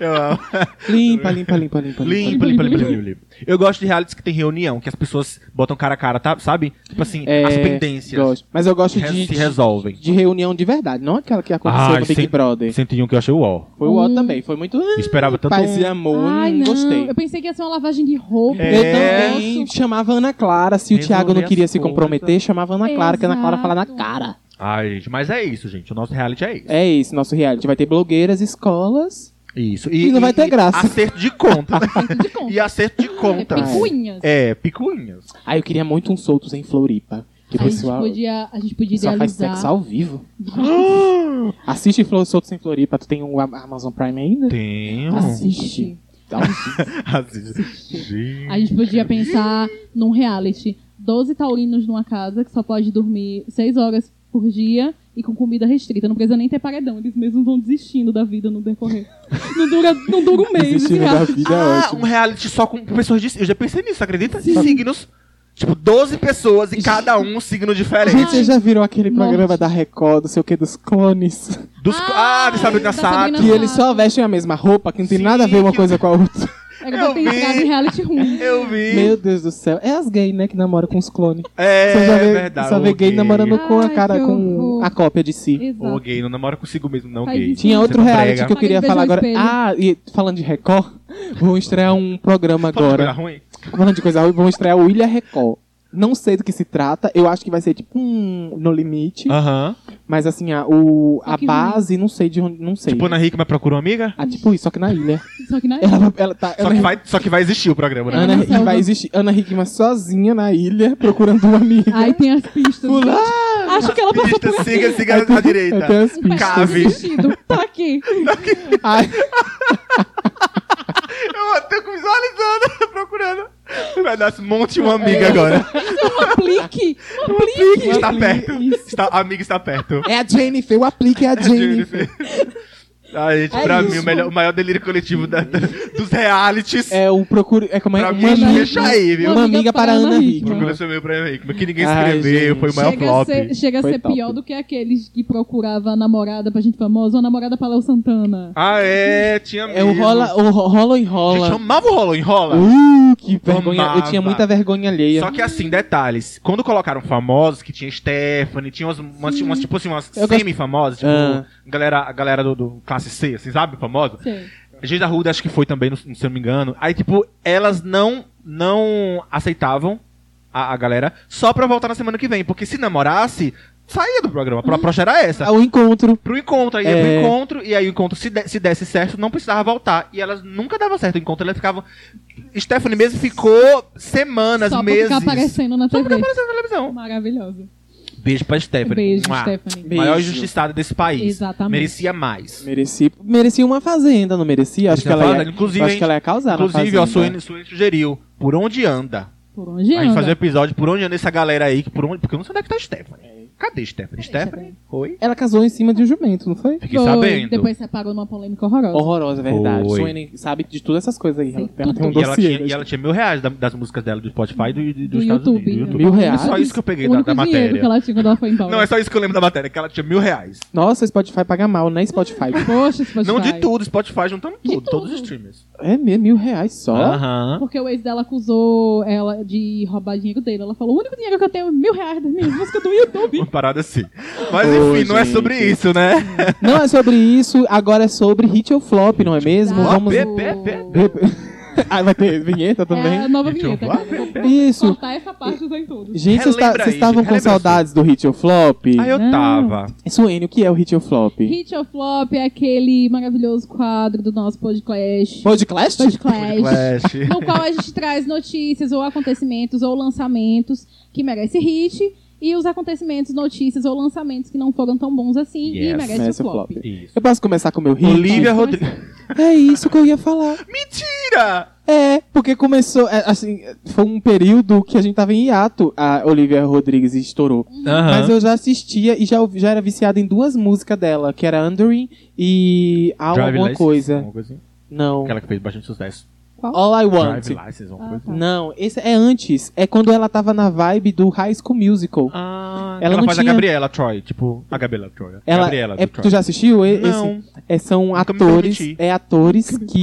B: Eu amo.
A: Limpa, limpa, limpa, limpa.
B: Limpa, limpa, limpa, limpa, limpa. Eu gosto de realities que tem reunião, que as pessoas botam cara a cara, tá? sabe? Tipo assim,
A: É,
B: as pendências
A: gosto. Mas eu gosto
B: res-
A: de,
B: se
A: de,
B: resolvem.
A: de reunião de verdade, não aquela que aconteceu
B: Ai,
A: no Big
B: sim.
A: Brother.
B: 101 que eu achei o ó.
A: Foi o O
C: Hum.
A: também, foi muito.
B: Esperava tanto
A: Paz
B: um-
A: e amor,
C: Ai,
A: não
C: não.
A: Hum, gostei.
C: Eu pensei que ia ser uma lavagem de roupa.
B: É.
A: Eu também chamava Ana Clara. Se o
B: Resolver
A: Thiago não
B: as
A: queria se
B: coisas.
A: comprometer, chamava Ana Clara, que a Ana Clara fala na
C: Exato.
A: cara.
B: Ai, gente, mas é isso, gente. O nosso reality é isso.
A: É isso, nosso reality. Vai ter blogueiras, escolas.
B: Isso.
A: E não vai ter graça.
B: Acerto de conta.
C: De conta.
B: e acerto de conta.
C: É, picuinhas.
B: É, picuinhas.
A: Ah, eu queria muito um soltos em Floripa. Que o
C: A,
A: pessoal
C: gente podia, a gente podia
A: só faz
C: idealizar.
A: sexo ao vivo. Assiste Flo- Soltos em Floripa. Tu tem o Am- Amazon Prime ainda? um
B: Tenho.
A: Assiste.
B: Assiste. Gente.
C: A gente podia pensar num reality. 12 taurinos numa casa que só pode dormir 6 horas por dia e com comida restrita. Não precisa nem ter paredão. Eles mesmos vão desistindo da vida no decorrer. Não dura, não dura um mês. esse
A: Assistindo da
C: reality.
A: vida é
B: Ah,
A: ótimo.
B: um reality só com pessoas de. Eu já pensei nisso, acredita? De signos. Tipo, 12 pessoas e cada um um signo diferente.
A: Gente, vocês já viram aquele
C: Morte.
A: programa da Record, não sei o que, dos clones?
B: Dos, ah,
C: Ai,
B: de Sabrina
C: da Sabrina
B: Sato.
A: Que eles só vestem a mesma roupa, que não tem
B: Sim,
A: nada a ver uma
B: que-
A: coisa com a outra.
C: Agora
B: Eu
C: tem
B: vi.
C: entrado em reality ruim.
B: Eu vi.
A: Meu Deus do céu. É as gays, né, que namoram com os clones.
B: É,
A: Você já vê,
B: verdade.
A: só vê
B: o
A: gay namorando com a
C: Ai,
A: cara,
C: que
A: com
C: horror.
A: a cópia de si.
B: O
C: Exato.
B: gay não namora consigo mesmo, não
C: Faz
B: gay.
C: isso.
A: Tinha
B: Você
A: outro
B: não
A: reality
B: prega.
A: que eu queria
C: Parei de
A: falar agora.
C: beijar o
A: Ah, e falando de Record, vou estrear um programa
B: Fala de coisa
A: agora.
B: ruim.
A: Falando de coisa ruim, vou estrear o Ilha Record. Não sei do que se trata, eu acho que vai ser tipo um No Limite,
B: Aham.
A: mas assim, a, o, a
C: que
A: base, não sei de onde, não sei.
B: Tipo, Ana Hickman procura uma amiga?
A: Ah, tipo isso, só que na ilha.
C: Só que é na
A: Ela, vai- ela tá.
B: Só
A: Ana
B: que, vai, só que vai existir o programa, né?
A: Ana,
C: Ana
A: e
C: Selva.
A: vai existir Ana Hickman sozinha na ilha, procurando uma amiga.
C: Aí tem as pistas.
A: Fulano!
C: Acho que ela passou
B: Pista,
C: por aqui.
B: siga,
A: É
B: siga à
A: Eu tenho
B: direita.
A: as pistas.
B: Cave.
C: Desistido. Tá aqui.
A: Ai,
B: Eu tô visualizando, procurando. Vai dar um monte
A: É.
B: de uma amiga agora.
C: Um aplique. Um aplique.
B: Amiga está
A: Sim.
B: perto. Está, amiga está perto.
A: é a Jennifer, o aplique é a Jennifer.
B: Ai, Ah, gente,
A: É
B: pra
A: isso.
B: mim, o, melhor- o maior delírio coletivo da- da- dos realities.
A: É o procura. É como é?
B: Pra
A: Uma
B: mim,
A: amiga-
B: deixa aí, viu?
A: Uma amiga para Ana Hickman.
B: Procura seu meio pra mim, que ninguém
A: Ai,
B: escreveu,
A: gente.
B: foi o maior
C: Chega a
B: flop.
C: ser, chega a
A: Foi
C: ser
A: top.
C: pior do que aqueles que procurava namorada pra gente famosa ou namorada pra Léo Santana.
B: Ah, é, tinha
A: É o
B: mesmo.
A: rola, o ro- rola e
B: Gente,
A: rola.
B: amava o rolo enrola.
A: Uh, que vergonha. Eu
B: Amava.
A: tinha muita vergonha alheia.
B: Só que assim, detalhes. Quando colocaram famosos, que tinha Stephanie, tinha umas, umas, umas, tipo assim, umas
A: Hum. Eu gosto-
B: semi-famosas, tipo,
A: Ah.
B: galera, a galera do, do classe C, assim, sabe? Famosa.
C: Sei.
B: Geisa Arruda, acho que foi também, não- se eu não me engano. Aí, tipo, elas não, não aceitavam a, a galera só pra voltar na semana que vem. Porque se namorasse, saía do programa. A proposta era essa.
A: Ah, O encontro.
B: Pro encontro, aí ia
A: Uhum. É.
B: pro encontro, e aí o encontro, se, de- se desse certo, não precisava voltar. E elas nunca davam certo o encontro, elas ficavam. Stephanie mesmo ficou semanas,
C: Só pra
B: meses.
C: ficar aparecendo na
B: Só pra
C: TV.
B: aparecer na televisão.
C: Maravilhoso.
B: Beijo pra Stephanie.
C: Beijo,
B: Mua.
C: Stephanie.
A: Beijo.
B: Maior injustiçada desse país.
C: Exatamente.
B: Merecia mais.
A: Mereci, merecia uma fazenda, não merecia? Acho que ela ia,
B: Inclusive,
A: acho que ela ia causar
B: Inclusive,
A: na
B: ó, a
A: fazenda.
B: Suene, Suene sugeriu Por Onde Anda.
C: Por onde
B: A gente
C: anda?
B: fazer um episódio Por Onde Anda essa galera aí, que por onde... porque eu não sei onde é que tá a Stephanie. Cadê Stephanie? Stephanie? Oi?
A: Ela casou em cima de um jumento, não foi?
B: Fiquei
C: Foi,
B: sabendo.
C: Depois separou numa polêmica horrorosa.
A: Horrorosa, é verdade.
B: Foi.
A: Suene sabe de todas essas coisas aí. Ela,
C: Sei
A: ela tem um
C: tudo.
B: E ela,
A: dossiê.
B: tinha, e ela tinha mil reais da- das músicas dela do Spotify e do, do,
C: Do
B: dos Estados
C: YouTube.
B: Unidos.
A: Mil reais?
B: É só isso que eu peguei
C: o
B: da,
C: único
B: da
C: dinheiro
B: matéria.
C: que ela tinha quando ela foi embora.
B: Não, é só isso que eu lembro da matéria, que ela tinha mil reais.
A: Nossa, o Spotify paga mal, né? Spotify.
C: Poxa, Spotify.
B: Não de tudo, Spotify juntando tudo, todos os
C: tudo.
B: streamers.
A: é mesmo, mil reais só.
B: Aham.
C: Porque o ex dela acusou ela de roubar dinheiro dele. Ela falou: o único dinheiro que eu tenho é mil reais das minhas músicas do
B: Uma
C: YouTube.
B: parada assim. Mas
A: Ô,
B: enfim, não é
A: gente.
B: sobre isso, né?
A: Não é sobre isso, agora é sobre hit ou flop, não é mesmo?
B: Flop,
A: Vamos.
B: é pé, pé,
A: ah, vai ter vinheta
C: É a
A: também?
C: nova
B: Gente, eu
C: vinheta.
B: vou-
C: cara. Eu vou
A: Isso.
C: Cortar essa parte usar em tudo.
A: Gente, vocês tá-
B: Relembra
A: vocês
B: aí,
A: estavam
B: gente,
A: com
B: relembra
A: saudades do hit ou flop?
B: Aí eu
C: Não.
B: tava.
A: Suene, o que é o hit ou flop?
C: Hit or Flop é aquele maravilhoso quadro do nosso podcast.
A: Podcast?
C: Podcast.
B: Flash.
C: no qual a gente traz notícias ou acontecimentos ou lançamentos que merece hit E os acontecimentos, notícias ou lançamentos que não foram tão bons assim e
B: Yes.
C: merece,
A: Merece
C: o
A: o
C: flop.
A: flop.
B: Isso.
A: Eu posso começar com o meu hit?
B: Olivia
C: Mas-
B: Rodrigues.
A: É isso que eu ia falar.
B: Mentira!
A: É, porque começou, é, assim, foi um período que a gente tava em hiato, a Olivia Rodrigues estourou. Mas eu já assistia e já, ouvi- já era viciada em duas músicas dela, que era Undering e All
B: Drive
A: Alguma
B: License,
A: Coisa.
B: alguma coisa assim.
A: Não.
B: Aquela que fez bastante sucesso.
A: All I Want.
B: Drive License, alguma
C: Ah,
B: coisa assim.
C: tá.
A: Não, esse é antes. É quando ela tava na vibe do High School Musical.
B: Ah,
A: Ela
B: ela
A: não
B: faz
A: tinha-
B: a Gabriela Troy, tipo, a Gabriela Troy.
A: Ela,
B: Gabriela
A: é,
B: do Troy.
A: tu já assistiu? E-
B: Não.
A: esse? É, são
B: Nunca me
A: atores,
B: prometi.
A: é atores que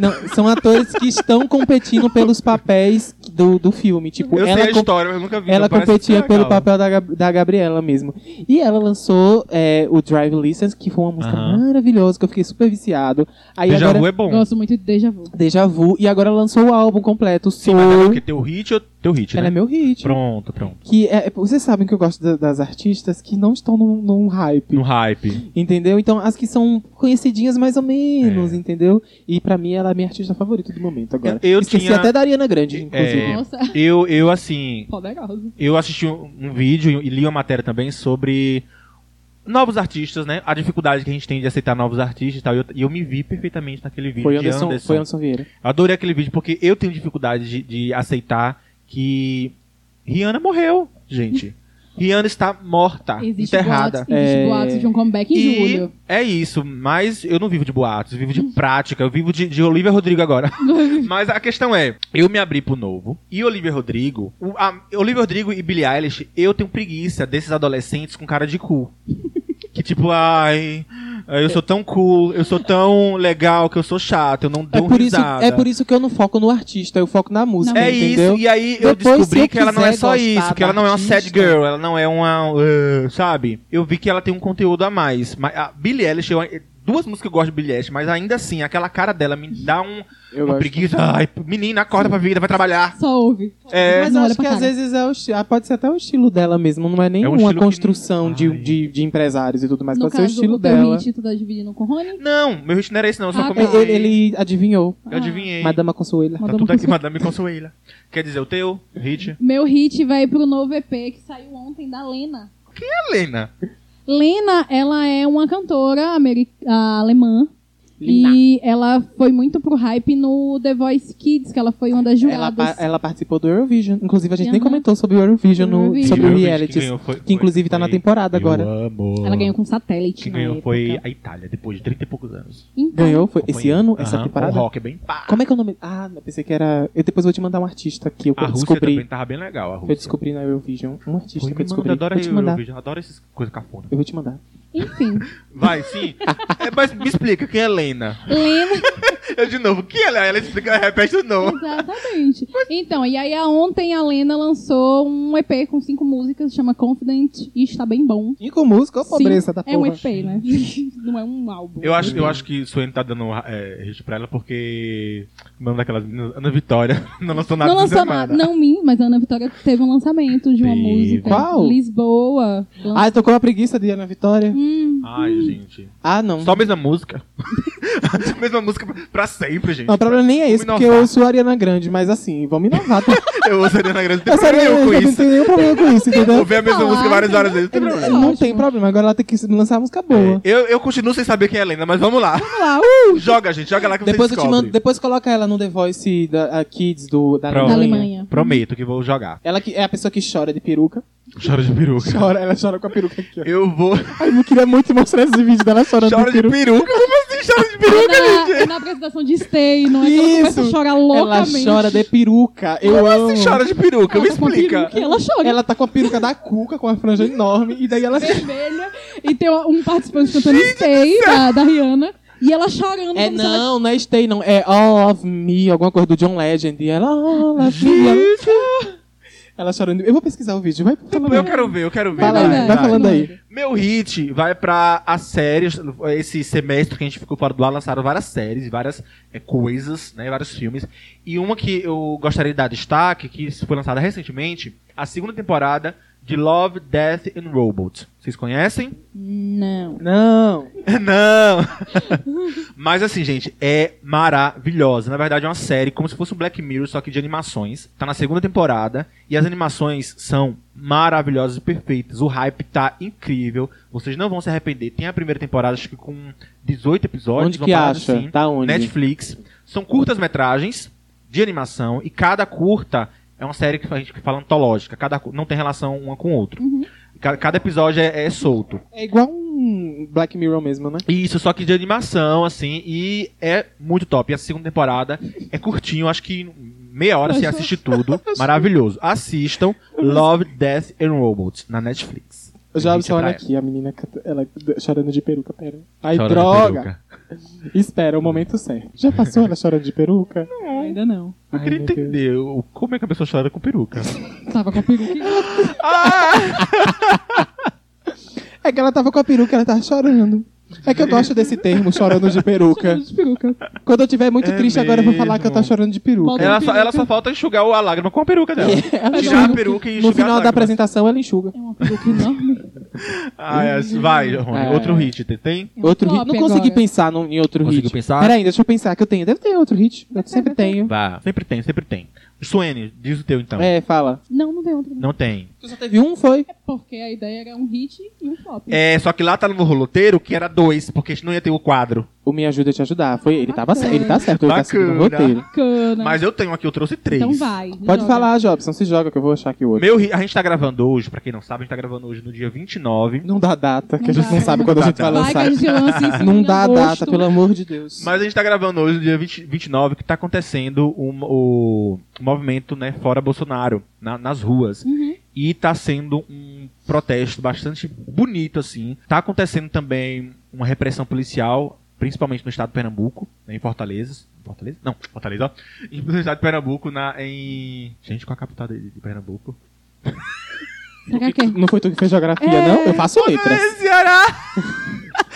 A: não, são atores que estão competindo pelos papéis do, do filme, tipo,
B: eu
A: ela
B: sei a
A: com-
B: história, mas eu nunca vi.
A: ela
B: então parece
A: competia
B: que é
A: pelo
B: legal.
A: papel da, Gab- da Gabriela mesmo. E ela lançou é, o Drive License, que foi uma música
B: Aham.
A: maravilhosa, que eu fiquei super viciado. Aí
B: Deja
A: agora
B: Vu é bom.
C: Gosto muito de Deja Vu.
A: Deja Vu e agora lançou o álbum completo, Soul.
B: Sim, mas é porque teu hit, eu- teu hit,
A: ela é
B: né?
A: meu hit.
B: Pronto, pronto.
A: Que é, vocês sabem que eu gosto da- das artistas que não estão num, num hype,
B: No hype.
A: entendeu? Então, as que são conhecidinhas mais ou menos,
B: É.
A: entendeu? E pra mim, ela é a minha artista favorita do momento agora.
B: Eu- eu
A: Esqueci
B: tinha-
A: até da Ariana Grande, inclusive.
B: É.
C: Nossa,
B: Eu, eu, assim,
C: poderosa.
B: eu assisti um, um vídeo e li uma matéria também sobre novos artistas, né? A dificuldade que a gente tem de aceitar novos artistas e tal. E eu, e eu me vi perfeitamente naquele vídeo
A: Foi,
B: de
A: Anderson,
B: Anderson.
A: foi Anderson Vieira.
B: Eu Adorei aquele vídeo, porque eu tenho dificuldade de, de aceitar que Rihanna morreu, gente. Rihanna está morta,
A: Ah,
C: Existe
B: enterrada.
C: boatos, existe
A: É.
C: boatos de um comeback em julho.
B: é isso, mas eu não vivo de boatos, eu vivo de prática, eu vivo de, de Olivia Rodrigo agora. mas a questão é, eu me abri pro novo, e Olivia Rodrigo, o- a- Olivia Rodrigo e Billie Eilish, eu tenho preguiça desses adolescentes com cara de cu. que tipo, ai, eu sou tão cool, eu sou tão legal que eu sou chato, eu não
A: É
B: dou
A: por, isso,
B: risada.
A: é por isso que eu não foco no artista, eu foco na música,
C: Na
B: É
A: entendeu?
B: isso, e aí
A: Depois,
B: eu
A: se
B: descobri
A: eu
B: que ela não é
A: quiser
B: só
A: gostar
B: isso, que
A: da
B: ela não é uma sad
A: artista-
B: girl, ela não é uma. uh, sabe? Eu vi que ela tem um conteúdo a mais. Mas a Billie Eilish, eu- duas músicas que eu gosto de Billie Eilish, mas ainda assim, aquela cara dela me dá um,
A: Eu
B: uma
A: gosto.
B: preguiça. Ai, menina, acorda pra vida, vai trabalhar.
C: Só ouve.
B: É.
A: Mas
C: Não
A: eu
C: olha
A: acho
C: pra
A: que às
C: cara.
A: vezes é o esti- ah, pode ser até o estilo dela mesmo, não é nem
B: É um
A: uma
B: estilo que-
A: construção de,
B: Ai.
A: de, de empresários e tudo mais,
C: no
A: pode ser é o
C: caso,
A: estilo
C: o teu
A: dela.
C: hit tu tá dividindo com o Rony.
B: Não, meu hit não era esse, não. Eu só
C: Ah,
B: comecei.
A: tá. Ele, ele adivinhou.
B: Eu adivinhei.
A: Madama Consuela.
B: Tá tudo aqui, Madame Consuela. Quer dizer, o teu hit?
C: Meu hit vai pro novo EP que saiu ontem da Lena.
B: Helena.
C: Lena, ela é uma cantora ameri- ah, alemã. E ela foi muito pro hype no The Voice Kids, que ela foi uma das
A: Ela, pa-
C: juradas.
A: ela participou do Eurovision. Inclusive, a gente nem
C: Aham.
A: comentou sobre o Eurovision, no-
C: Eurovision.
A: sobre o
B: Eurovision,
A: reality,
B: quem
A: que,
B: ganhou foi- foi-
A: inclusive tá na
B: foi-
A: temporada agora.
B: Eu amo.
C: Ela ganhou com satélite.
B: Quem
C: na
B: ganhou foi
C: época.
B: a Itália, depois de 30 e poucos anos.
C: Então,
A: Ganhou? Foi esse
B: Acompanhei.
A: ano? Essa
B: Aham,
A: temporada?
B: Um rock bem pá.
A: Como é que é o nome? Ah, eu pensei que era. Eu depois vou te mandar um artista que eu
B: A Rússia
A: descobri.
B: também tava bem legal, a Rússia.
A: Eu descobri na Eurovision. Um artista
B: Rui,
A: que eu
B: me
A: descobri.
B: manda, adoro
A: vou te mandar.
B: Eurovision, adoro essas coisas cafona.
A: Eu vou te mandar.
C: enfim.
B: Vai, sim. É, mas me explica, quem é Helena?
C: Lena,
B: Eu de novo, quem é Helena? Ela explica, ela repete o nome.
C: exatamente. Então, e aí a- ontem a Lena lançou um EP com cinco músicas, chama Confident e está bem bom.
A: E com música, ó,
C: Sim,
A: pobreza da
C: É um
A: porra.
C: EP, né? Não é um álbum.
B: Eu acho, eu acho que Suene tá dando é, hit pra ela porque. O nome daquelas meninas. Ana Vitória. Não lançou nada.
C: Não
B: essa
C: lançou
B: semana.
C: nada. Não mim, mas a Ana Vitória teve um lançamento de uma
B: Teve.
C: música.
A: Qual?
C: Lisboa. Lan- Hum,
A: Ah, tocou a preguiça de Ana Vitória?
B: Ai, gente.
A: Ah, não.
B: Só a mesma música. mesma música pra- pra sempre, gente.
A: Não, o problema nem é esse,
B: Vamos
A: porque eu
B: inovar.
A: ouço a Ariana Grande, mas assim, vamos inovar. Tá?
B: Eu ouço a Ariana Grande. Não
A: Essa
B: tem problema
A: Ariana
B: eu com
A: Grande Ah, é não
B: isso.
A: tem nenhum problema com isso, entendeu?
B: Ouvir a mesma
C: Falar,
B: música várias horas
C: entendeu?
B: vezes. Não tem problema.
A: Não
C: Ótimo.
A: tem problema, agora ela tem que lançar uma música boa.
B: Eu, eu continuo sem saber quem é a Helena, mas vamos lá.
A: Vamos lá, uh!
B: Joga, gente, joga lá que
A: Depois
B: você
A: eu te
B: descobre.
A: mando, depois coloca ela no The Voice da a Kids do da
B: Pronto.
A: Alemanha.
C: Da Alemanha.
B: Prometo que vou jogar.
A: Ela que é a pessoa que chora de peruca.
B: Chora de peruca.
A: Chora, ela chora com a peruca aqui, ó.
B: Eu vou.
A: Ai, eu queria muito mostrar esse vídeo dela chorando
B: Chora
A: de
B: de
A: peruca.
B: peruca? Como assim chora de peruca?
C: É na, é na apresentação de Stay, não é que ela começa a chorar
A: ela
C: loucamente.
A: chora de peruca. Eu
B: Como
A: amo.
B: assim chora de peruca?
C: Ela
B: Me
C: tá com a
B: explica.
C: peruca e Ela chora.
A: Ela tá com a peruca da cuca, com a franja enorme, e daí ela...
C: vermelha e tem um participante cantando Stay da, da Rihanna e ela chorando
A: É
C: como se ela
A: não, não é Stay, não. É All of Me, alguma coisa do John Legend. E ela, All of Me. Ela, ela chorando. Eu vou pesquisar o vídeo, vai falando
B: Eu
A: aí.
B: quero ver, eu quero ver.
A: Vai lá,
B: Vai,
C: né?
A: vai
B: vai.
A: falando aí.
B: Meu hit vai pra as séries. Esse semestre que a gente ficou fora do ar, lançaram várias séries, várias é, coisas, né? Vários filmes. E uma que eu gostaria de dar destaque, que foi lançada recentemente, a segunda temporada de Love, Death and Robots. Vocês conhecem?
C: Não.
A: Não.
B: Não! Mas assim, gente, é maravilhosa. Na verdade, é uma série como se fosse um Black Mirror, só que de animações. Tá na segunda temporada e as animações são maravilhosas e perfeitas. O hype tá incrível. Vocês não vão se arrepender. Tem a primeira temporada, acho que com 18 episódios.
A: onde
B: uma
A: que
B: parada
A: acha?
B: assim.
A: Tá onde?
B: Netflix. São curtas-metragens de animação e cada curta é uma série que a gente fala antológica. Cada cu- não tem relação uma com o outro.
C: Uhum.
B: Ca- Cada episódio é- é solto.
A: É igual um Black Mirror mesmo, né?
B: Isso, só que de animação, assim, e é muito top. E a segunda temporada é curtinho, acho que em meia hora você assiste tudo. Maravilhoso. Assistam Love, Death and Robots na Netflix.
A: Eu já
B: Gente,
A: você olha
B: praia.
A: aqui, a menina canta- ela chorando de peruca, pera. Ai,
B: Chora de
A: droga!
B: peruca.
A: Espera o momento certo. Já passou ela chorando de peruca?
C: Ainda não.
B: Eu
A: Ai,
B: queria
A: meu Deus.
B: entender o- como é que a pessoa chora com peruca.
C: Tava com a peruca.
A: Ah! É que ela tava com a peruca, ela tava chorando. É que eu gosto desse termo, chorando de peruca.
C: de peruca.
A: Quando eu tiver muito
B: É
A: triste agora, eu vou falar que eu tô
B: mesmo.
A: chorando de peruca. É,
C: Bota-
B: ela, só, ela só falta enxugar a lágrima com a peruca dela.
A: Ela
B: Tirar
A: chora.
B: a peruca e
A: No final
B: enxugar as
A: da
B: lágrimas.
A: apresentação, ela enxuga.
C: É uma peruca enorme.
B: Ah, é, vai, Rony,
A: É.
B: outro hit. Tem- Tem?
C: É um
A: Outro hit.
C: flop
A: Não consegui
C: agora.
A: pensar num- em outro
B: Conseguiu
A: hit.
B: pensar?
A: Peraí, deixa eu pensar que eu tenho. Deve ter outro hit. Eu sempre tenho.
B: Vá. Sempre tem, sempre tem. Suene, diz o teu então.
A: É, fala.
C: Não, não tem outro. É
B: Não tem.
A: Tu só teve um, foi?
C: Porque a ideia era um hit e um flop.
B: É, só que lá tá no roteiro que era dois, porque a gente não ia ter o quadro.
A: O Me Ajuda a Te Ajudar. Foi, ele, tava, cer- ele tá certo, ele tá seguindo o
B: Bacana.
A: roteiro.
C: Bacana.
B: Mas eu tenho aqui, eu trouxe três.
C: Então vai.
A: é Pode
C: joga.
A: falar, Jobson, se joga que eu vou achar aqui o outro.
B: Meu, ri- a gente tá gravando hoje, pra quem não sabe, a gente tá gravando hoje no dia 29.
A: Não dá data, que a
C: Não
A: gente
C: dá,
A: não
C: né?
A: sabe quando a
B: Não
A: gente
B: dá
A: vai
C: Vai que
A: lançar.
C: a gente lança isso
A: Não
C: em
A: dá
C: agosto.
A: data, pelo amor de Deus.
B: Mas a gente tá gravando hoje no dia 20, 29, que tá acontecendo um- o movimento, né, fora Bolsonaro, na- nas ruas.
C: Uhum.
B: E tá sendo um protesto bastante bonito, assim. Tá acontecendo também uma repressão policial, principalmente no estado de Pernambuco, né, em Fortaleza. Fortaleza? Não, Fortaleza, ó. Em- No estado de Pernambuco, na, em. Gente, qual a capital de, de Pernambuco?
C: Será que é?
A: Não foi tu que fez geografia,
C: É.
A: não? Eu faço letras.
B: Ceará!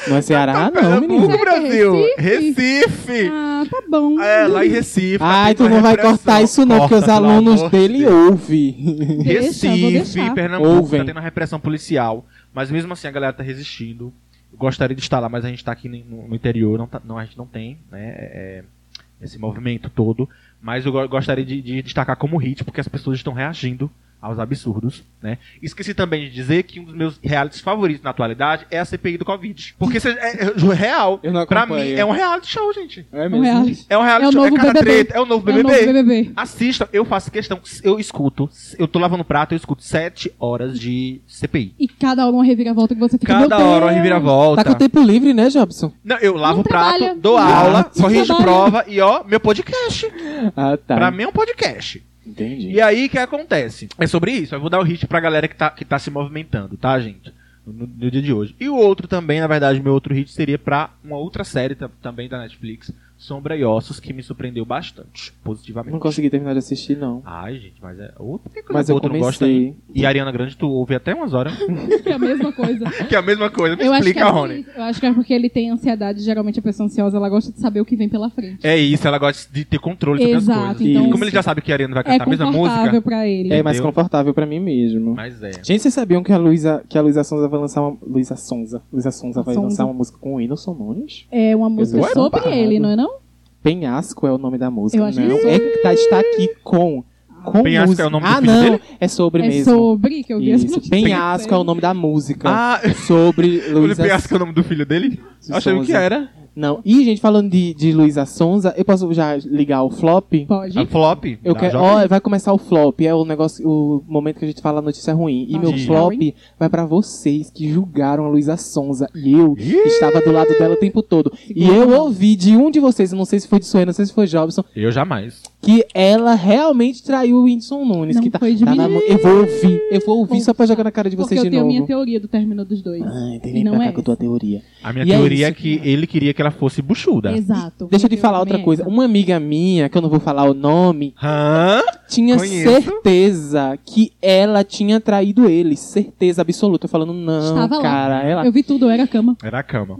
A: Não é
B: Tá,
A: Ceará, não,
B: Pernambuco,
A: menino.
B: Brasil!
C: Recife?
B: Recife!
C: Ah, tá bom.
B: É, lá em Recife. tá
A: Ai,
B: tendo
A: tu
B: uma
A: não vai
B: repressão.
A: cortar isso não, porque os
B: Corta, pelo
A: alunos
B: amor
A: dele
B: de Deus.
A: ouvem.
C: Deixa, vou
B: Recife,
C: deixar.
B: Pernambuco,
A: Ouvem.
B: tá tendo uma repressão policial. Mas mesmo assim a galera tá resistindo. Eu gostaria de estar lá, mas a gente tá aqui no, no interior, não tá- não, a gente não tem, né? é, esse movimento todo. Mas eu go- gostaria de, de destacar como hit, porque as pessoas estão reagindo aos absurdos, né? Esqueci também de dizer que um dos meus realities favoritos na atualidade é a CPI do Covid. Porque isso é, é- é real.
A: Eu não
B: Pra
A: acompanho.
B: mim, é um reality show, gente.
A: É
C: Não é a-
A: mesmo.
B: É um reality
C: É o
B: show, é
C: novo
B: cada
C: BBB.
B: treta, é o novo
C: É o
B: BBB.
C: novo BBB.
B: Assistam, eu faço questão, eu escuto, eu tô lavando prato, eu escuto sete horas de CPI.
C: E cada hora uma reviravolta que você fica.
B: Cada
C: meu
B: hora uma
C: Deus.
B: reviravolta.
A: Tá com tempo livre, né, Jobson?
B: Não, eu lavo
C: Não
B: o prato,
C: trabalha.
B: dou
C: Ah,
B: aula,
C: um não
B: corrijo
C: trabalha.
B: prova e ó, meu podcast.
A: Ah, tá.
B: Pra mim é um podcast.
A: Entendi.
B: E é aí, o que acontece? É sobre isso. Eu vou dar o hit pra galera que tá, que tá se movimentando, tá, gente? No, no dia de hoje. E o outro também, na verdade, meu outro hit seria pra uma outra série ta- também da Netflix, Sombra e Ossos, que me surpreendeu bastante, positivamente.
A: Não consegui terminar de assistir, não.
B: Ai, gente, mas é. Ô, Por que coisa
A: Mas
B: boa
A: eu
B: tu não gosta, né? hein?
A: comecei.
B: E a Ariana Grande, tu ouve até umas horas.
C: Que é a mesma coisa.
B: que é a mesma coisa. Me
C: Eu acho, que
B: explica,
C: é por
B: Rony.
C: isso. eu acho que é porque ele tem ansiedade. Geralmente a pessoa ansiosa ela gosta de saber o que vem pela frente.
B: É isso, ela gosta de ter controle sobre
C: Exato,
B: as coisas.
A: então-
B: E como ele já sabe que a Ariana vai
C: É
B: cantar a mesma
C: confortável
B: música.
C: pra ele.
A: É mais
B: Entendeu?
A: confortável pra mim mesmo.
B: Mas é.
A: Gente, vocês sabiam que a Luísa que a Luísa Sonza vai lançar uma Luísa Sonza, Luísa Sonza vai
C: Sonza.
A: lançar uma música com o Whindersson Nunes?
C: É uma música
A: Eu tô
C: sobre
A: parado.
C: ele, não é não?
A: Penhasco é o nome da música.
C: Eu acho que
A: não,
C: é
A: é que tá, está aqui com com
B: Penhasco
A: música.
B: é o nome do
A: Ah,
B: filho
A: não,
B: dele?
A: é sobre
C: é
A: mesmo.
C: sobre que eu vi
A: Isso,
C: as notícias.
A: Penhasco é o nome da música.
B: Ah,
A: Sobre
B: o
A: Luísa
B: Piasco é o nome do filho dele?
A: Sonza.
B: Achei que era.
A: Não. E, gente, falando de, de Luísa Sonza, eu posso já ligar o flop?
C: Pode.
B: A flop.
A: Eu
B: da
A: quero.
B: jovem.
A: Ó, vai começar o flop. É o negócio, o momento que a gente fala a notícia ruim. E
C: Tá
A: meu
B: bom.
A: flop vai pra vocês que julgaram a Luísa Sonza. E eu
B: Ih!
A: estava do lado dela o tempo todo. E
C: Segura.
A: eu ouvi de um de vocês, eu não sei se foi de Suena, não sei se foi Jobson,
B: Eu jamais.
A: que ela realmente traiu o Whindersson Nunes.
C: Não
A: que tá,
C: foi de
A: tá
C: mim.
A: na mão. Eu vou ouvir. Eu vou ouvir só pra jogar na cara de
C: Porque
A: vocês
C: eu
A: de
C: tenho a
A: novo.
C: minha teoria do término dos dois.
A: Ai, tem
C: E
A: nem
C: não
A: pra cá
C: é
A: com a tua
C: essa.
A: teoria.
B: A minha
A: E é
B: teoria é,
A: isso.
B: que ele queria que ela fosse buchuda.
C: Exato.
A: Deixa eu te
C: Minha
A: falar
C: teoria
A: outra
C: é
A: coisa.
C: essa.
A: Uma amiga minha, que eu não vou falar o nome,
B: Hã?
A: tinha
B: Conheço.
A: certeza que ela tinha traído ele. Certeza absoluta. Eu falando, não,
C: Estava lá.
A: cara, ela.
C: Eu vi tudo, era cama.
B: Era a cama.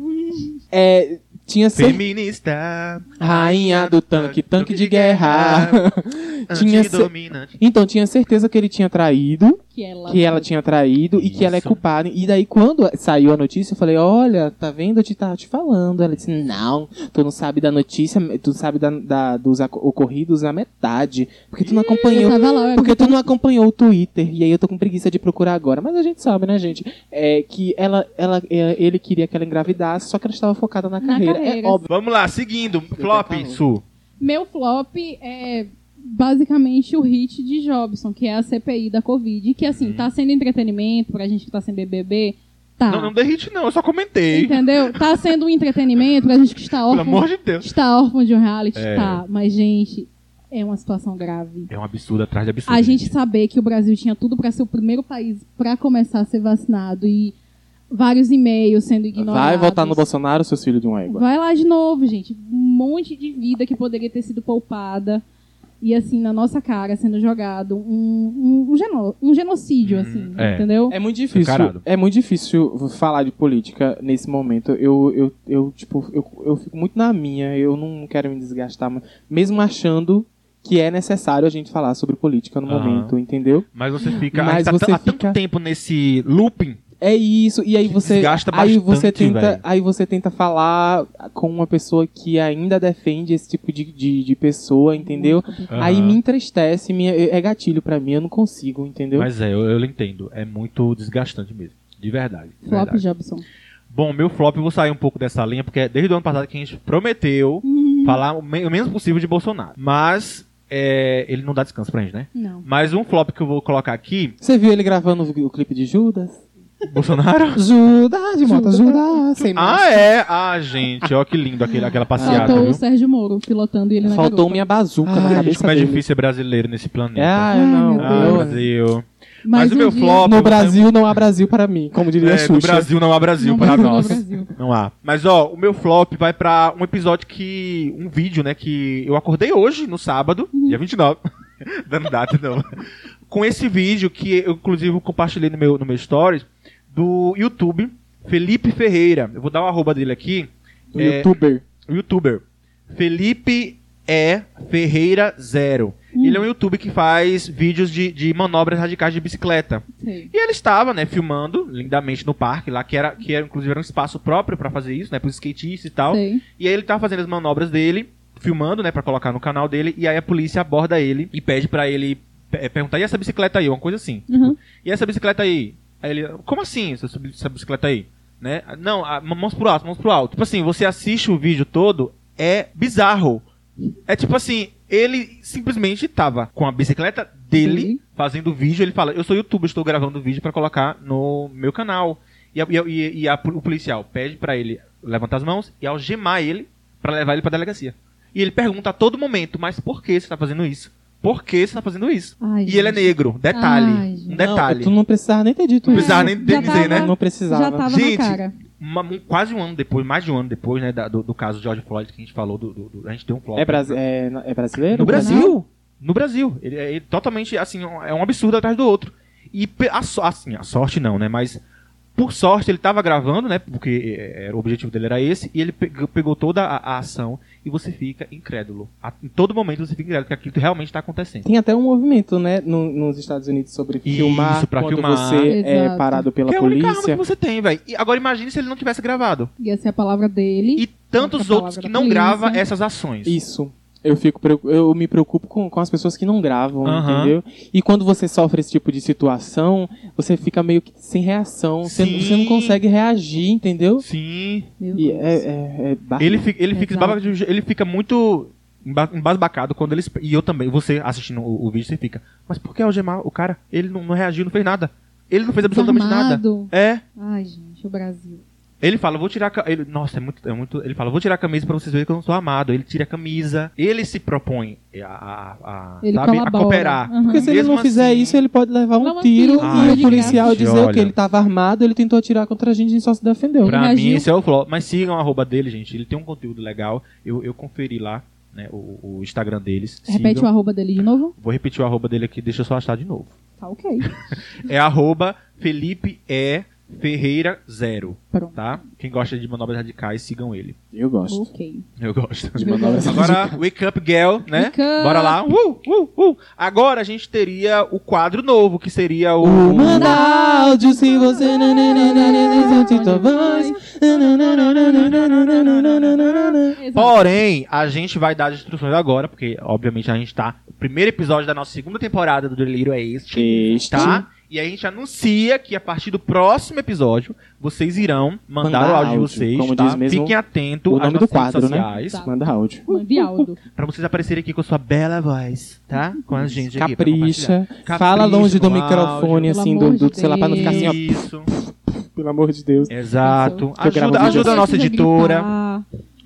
A: É, tinha certeza.
B: Feminista.
A: Rainha do tanque, tanque de guerra. Tinha ce-
B: Antidominante.
A: Então, tinha certeza que ele tinha traído,
C: Que ela.
A: que ela tinha traído e que ela é
B: Isso.
A: culpada. E daí, quando saiu a notícia, eu falei: Olha, tá vendo? Eu te tava te falando. Ela disse: Não, tu não sabe da notícia, tu sabe da, da- dos aco- ocorridos na metade. Porque tu não
C: Eu
A: acompanhou.
C: tava lá, eu
A: Porque tu não acompanhou o Twitter, e aí eu tô com preguiça de procurar agora. Mas a gente sabe, né, gente? É que ela, ela, é, ele queria que ela engravidasse, só que ela estava focada na
C: Na
A: carreira. É
C: carreira.
A: óbvio.
B: Vamos lá, seguindo. Flop,
A: tenho calor.
B: Su.
C: Meu flop é basicamente o hit de Jobson, que é a CPI da Covid, que assim, tá sendo entretenimento pra gente que tá sem BBB,
A: Ah.
C: tá.
B: Não, não derrite, não, eu só comentei.
A: Então,
C: Entendeu? Tá sendo um entretenimento pra gente que está
B: Pelo
C: órfão,
B: amor de Deus.
C: está órfão de um reality,
B: É.
C: tá. Mas, gente, é uma situação grave.
B: É um absurdo atrás de absurdo.
C: A gente saber que o Brasil tinha tudo pra ser o primeiro país pra começar a ser vacinado e vários e-mails sendo ignorados.
A: É, Vai votar no Bolsonaro, seus filhos de um uma égua.
C: Vai lá de novo, gente. Um monte de vida que poderia ter sido poupada. E assim, na nossa cara, sendo jogado um, um, um geno- um genocídio, assim,
B: é.
C: entendeu?
A: É muito difícil.
B: Encarado.
A: É muito difícil falar de política nesse momento. Eu, eu, eu tipo, eu, eu fico muito na minha. Eu não quero me desgastar, mas- mesmo achando que é necessário a gente falar sobre política no
B: Aham.
A: momento, entendeu?
B: Mas você fica. a
A: Mas
B: gente tá
A: você
B: t- há
A: fica-
B: tanto tempo nesse looping.
A: É isso. E aí você,
B: desgasta
A: aí você
B: bastante,
A: tenta,
B: velho.
A: aí você tenta falar com uma pessoa que ainda defende esse tipo de, de, de pessoa, entendeu? Aí
B: Aham.
A: me entristece, me, é gatilho pra mim. Eu não consigo, entendeu?
B: Mas é, eu, eu entendo. É muito desgastante mesmo. De verdade. de
C: Flop
B: verdade.
C: Jobson.
B: Bom, meu flop, eu vou sair um pouco dessa linha, porque desde o ano passado que a gente prometeu
A: Hum.
B: falar o, me- o menos possível de Bolsonaro. Mas é, ele não dá descanso pra gente, né?
C: Não.
B: Mas um flop que eu vou colocar aqui,
A: Você viu ele gravando o clipe de Judas?
B: Bolsonaro.
A: Judas, de moto, Judas, sem
B: ah, é! Ah, gente, ó que lindo aquele, aquela passeada,
C: Faltou
B: viu?
C: o Sérgio Moro pilotando e ele é na
A: Faltou
C: garupa.
A: minha bazuca na
B: Ai,
C: Ah,
B: gente,
A: cabeça
B: como é
A: dele.
B: difícil ser brasileiro nesse
A: É,
B: planeta.
A: ai, não. né?
C: Ai,
B: Ah,
A: eu-
B: Brasil.
C: Mas,
B: um Mas o meu
C: um dia-
B: flop-
A: no Brasil não há Brasil para mim, como diria a
B: É, no
A: Xuxa.
B: Brasil não há Brasil
C: Não,
B: para
C: Brasil,
B: nós.
C: não, Brasil.
B: Não há. Mas ó, o meu flop vai pra um episódio que. Um vídeo, né? Que eu acordei hoje, no sábado, dia 29. Dando data, não. Com esse vídeo que eu, inclusive, compartilhei no meu, no meu stories, do YouTube, Felipe Ferreira. Eu vou dar o arroba dele aqui.
A: O
B: É,
A: Youtuber.
B: o youtuber. Felipe E. Ferreira Zero. Ele é um youtuber que faz vídeos de, de manobras radicais de bicicleta.
C: Sei.
B: E ele estava, né, filmando lindamente no parque lá, que era, que era inclusive era um espaço próprio pra fazer isso, né, pros skatistas e tal.
C: Sei.
B: E aí ele tava fazendo as manobras dele, filmando, né, pra colocar no canal dele, e aí a polícia aborda ele e pede pra ele eh, perguntar: "E essa bicicleta aí?", uma coisa assim.
C: Uhum.
B: "E essa bicicleta aí?". Aí ele: "Como assim, essa, sub- essa bicicleta aí?". Né? "Não, a- mãos pro alto, mãos pro alto". Tipo assim, você assiste o vídeo todo, é bizarro. É tipo assim, ele simplesmente tava com a bicicleta dele
C: Dele.
B: fazendo vídeo, ele fala: "Eu sou youtuber, estou gravando vídeo pra colocar no meu canal". E, a- e a- e- e a- o policial pede pra ele levantar as mãos e algemar ele pra levar ele pra delegacia. E ele pergunta a todo momento: "Mas por que você tá fazendo isso? Por que você tá fazendo isso?"
C: Ai,
B: e ele é
C: gente.
B: negro, detalhe,
C: Ai,
B: um
C: gente.
B: detalhe.
A: Não, tu não precisava nem ter dito
B: Não
A: isso.
B: precisava nem
C: já
B: dizer, né?
C: tava-
A: Não precisava.
C: Já tava
B: Gente,
C: na cara.
B: uma- um- quase um ano depois, mais de um ano depois, né, da- do, do caso de George Floyd que a gente falou, do, do- do- a gente deu um flop.
A: É, brasi- é- é brasileiro?
B: No
C: Canal?
B: Brasil? No Brasil. Ele é ele totalmente, assim, um- é um absurdo atrás do outro. E pe- a, so- assim, a sorte não, né? Mas, por sorte, ele tava gravando, né? Porque é, é, o objetivo dele era esse. E ele pe- pegou toda a, a ação e você fica incrédulo. A- em todo momento você fica incrédulo que aquilo realmente tá acontecendo.
A: Tem até um movimento, né, no- nos Estados Unidos sobre
B: Isso,
A: filmar
B: pra
A: quando
B: filmar.
A: você é
C: Exato.
A: parado pela
B: que é a única arma que
A: polícia.
B: você tem, velho. E agora imagine se ele não tivesse gravado.
C: Ia ser a palavra dele.
B: E tantos
C: Outra
B: outros
C: palavra
B: que
C: da
B: não
C: polícia.
B: gravam essas ações.
A: Isso. Eu, fico, preo- eu me preocupo com, com as pessoas que não gravam,
B: Aham.
A: entendeu? E quando você sofre esse tipo de situação, você fica meio que sem reação. Você,
B: Sim.
A: você não consegue reagir, entendeu?
B: Sim.
C: Meu
A: E
C: Deus.
A: é, é, é barra-
B: Ele fica, ele, fica
C: Exato.
B: esbaba- ele fica muito emba- embasbacado quando eles. E eu também, você assistindo o, o vídeo, você fica. Mas por que algemar o cara? Ele não, não reagiu, não fez nada. Ele não fez absolutamente nada.
C: Desarmado.
B: É.
C: Ai, gente, o Brasil.
B: Ele fala, vou tirar a ca- ele Nossa, é muito, é muito. Ele fala, vou tirar a camisa pra vocês verem que eu não sou amado. Ele tira a camisa. Ele se propõe a, a, a,
C: Ele
B: sabe, a
C: colabora.
B: cooperar.
C: Aham.
A: Porque se ele
B: Mesmo
A: não fizer
B: assim-
A: isso, ele pode levar um
C: Leva um
A: tiro
C: tiro,
B: Ah,
A: e o
B: gente,
A: policial dizer o
B: olha.
A: que ele tava armado, ele tentou atirar contra a gente e só se defendeu.
B: Pra
C: Reagiu.
B: mim, esse é o flop. Mas sigam a arroba dele, gente. Ele tem um conteúdo legal. Eu, eu conferi lá, né, o, o Instagram deles.
C: Repete o
B: Sigam.
C: arroba dele de novo?
B: Vou repetir o arroba dele aqui, deixa eu só achar de novo.
C: Tá ok.
B: É arroba Felipe E Ferreira Zero,
C: Pronto.
B: tá? Quem gosta de manobras radicais, sigam ele.
A: Eu gosto.
C: Ok.
B: Eu gosto.
A: De manobras
B: Agora, Wake Up Girl, né?
C: Wake up.
B: Bora lá. Uh, uh, uh. Agora a gente teria o quadro novo, que seria o.
A: Manda áudio se você não sentir tua
C: Tá.
A: voz.
C: Exato.
B: Porém, a gente vai dar as instruções agora, porque obviamente a gente tá. O primeiro episódio da nossa segunda temporada do Delírio é este,
A: Este.
B: tá? E a gente anuncia que a partir do próximo episódio, vocês irão
A: Mandar
B: mandar o áudio de
A: áudio,
B: vocês,
A: como
B: tá?
A: diz mesmo
B: Fiquem atentos
A: o
B: às
A: nome
B: nossas
A: do quadro,
B: redes
A: né?
B: sociais,
C: Tá.
A: Manda áudio.
C: Mande Aldo.
B: pra vocês aparecerem aqui com a sua bela voz, tá? Com a gente aqui pra compartilhar.
A: Capricha.
B: compartilhar.
A: Fala
B: Capricha
A: longe do
B: com
A: microfone,
B: áudio.
A: assim,
C: Pelo
A: do,
C: amor
A: do, sei lá, pra não ficar assim, ó.
B: Isso,
A: Pelo amor de Deus.
B: exato.
A: Que eu gravo
B: Ajuda,
A: vídeo
B: ajuda a
A: assim.
B: nossa
C: Precisa
B: editora.
C: gritar,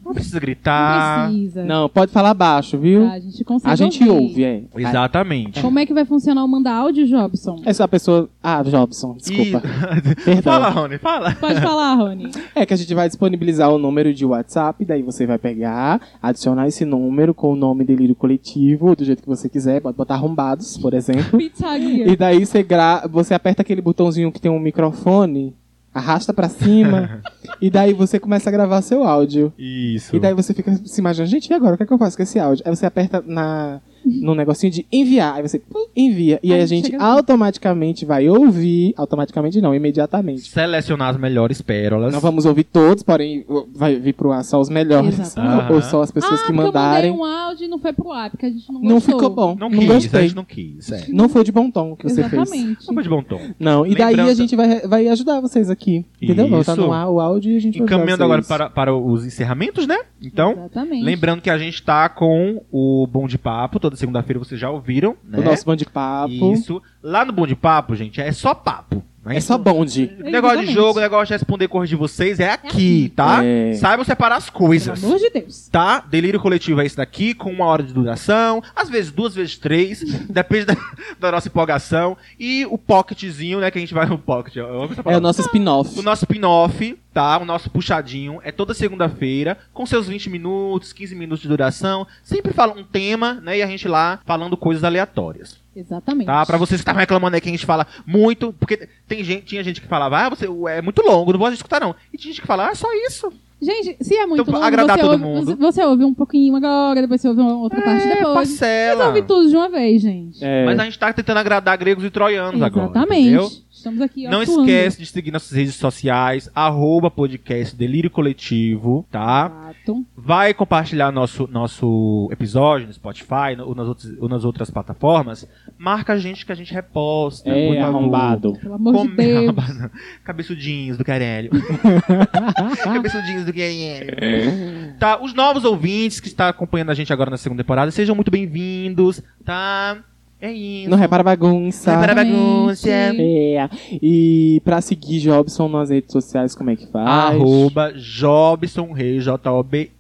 B: Não precisa gritar.
C: Não precisa.
A: Não, pode falar baixo, viu?
C: Tá, a gente consegue
A: A gente
C: ouvir.
A: ouve, é.
B: Exatamente.
C: Como é que vai funcionar o mandar áudio, Jobson?
A: Essa pessoa. Ah, Jobson, desculpa.
B: E...
A: Perdão.
B: fala, Rony, fala.
C: Pode falar, Rony.
A: É que a gente vai disponibilizar o número de WhatsApp, daí você vai pegar, adicionar esse número com o nome Delírio Coletivo, do jeito que você quiser, pode botar arrombados, por exemplo.
C: Pizzaria.
A: e daí você, gra... você aperta aquele botãozinho que tem um microfone, arrasta pra cima, e daí você começa a gravar seu áudio.
B: Isso.
A: E daí você fica se imaginando, gente, e agora? O que é que eu faço com esse áudio? Aí você aperta na, no negocinho de enviar. Aí você pum, envia. E
C: Aí
A: aí a gente
C: chega-
A: automaticamente vai ouvir. Automaticamente não, imediatamente.
B: Selecionar as melhores pérolas.
A: Não vamos ouvir todos, porém vai vir pro ar só os melhores.
C: Exatamente.
A: Ou só as pessoas
C: ah,
A: que
C: porque
A: mandarem.
C: Eu mandei um áudio e não foi pro ar, porque a gente não gostou.
A: Não ficou bom.
B: Não
A: Não,
B: quis, a
A: gostei.
B: gente não quis. É.
A: Não foi de bom tom o que você fez.
C: Exatamente.
B: Vamos de bom tom.
A: Não, e daí
B: Lembrando-
A: a gente vai, vai ajudar vocês aqui. Entendeu?
B: Isso.
A: Botar no ar o áudio e a gente vai
B: Encaminhando
A: ajudar
B: agora
A: vocês.
B: para, para os encerramentos, né? Então,
C: Exatamente.
B: lembrando que a gente tá com o Bom de Papo, toda segunda-feira vocês já ouviram, né?
A: O nosso bando de papo.
B: Isso. Lá no Bom de Papo, gente, é só papo. né?
A: É só bonde.
B: Negócio de
C: Exatamente.
B: jogo, negócio de responder coisas de vocês é aqui, tá?
A: É.
B: Saibam separar as
C: Pelo
B: coisas.
C: amor de Deus.
B: Tá? Delírio coletivo é isso daqui, com uma hora de duração, às vezes duas, vezes três, depende da, da nossa empolgação. E o pocketzinho, né? Que a gente vai no pocket. eu amo
A: É
B: essa
A: o
B: palavra.
A: nosso spin-off.
B: O nosso spin-off, tá? O nosso puxadinho é toda segunda-feira, com seus 20 minutos, 15 minutos de duração. Sempre fala um tema, né? E a gente lá falando coisas aleatórias,
C: Exatamente.
B: tá? Pra vocês que estavam reclamando aí que a gente fala muito, porque tem gente, tinha gente que falava, ah, você é muito longo, não vou escutar não. E tinha gente que falava, ah, só isso.
C: Gente, se é muito
B: Então, pra
C: longo,
B: agradar
C: você,
B: todo
C: ouve,
B: mundo.
C: Você, você ouve um pouquinho agora, depois você ouve uma outra parte
B: É,
C: depois. Mas
B: parcela.
C: ouve tudo de uma vez, gente.
A: É.
B: Mas a gente tá tentando agradar gregos e troianos agora.
C: Exatamente.
B: Entendeu?
C: Estamos aqui
B: Não
C: atuando.
B: esquece de seguir nossas redes sociais, arroba podcast Delírio Coletivo, tá?
C: Exato.
B: Vai compartilhar nosso, nosso episódio no Spotify no- ou nas, outras, ou nas outras plataformas. Marca a gente que a gente reposta. por
A: É
B: favor.
A: arrombado.
C: Pelo amor de
B: Come-
C: Deus.
B: Cabeçudinhos do Carelho.
C: Tá?
B: Cabeçudinhos do Carelho. Tá, os novos ouvintes que estão acompanhando a gente agora na segunda temporada, sejam muito bem-vindos, tá? É isso.
A: Não repara a bagunça.
B: Repara a bagunça.
C: Exatamente.
A: É. E pra seguir Jobson nas redes sociais, como é que faz?
B: Arroba Jobson Reis,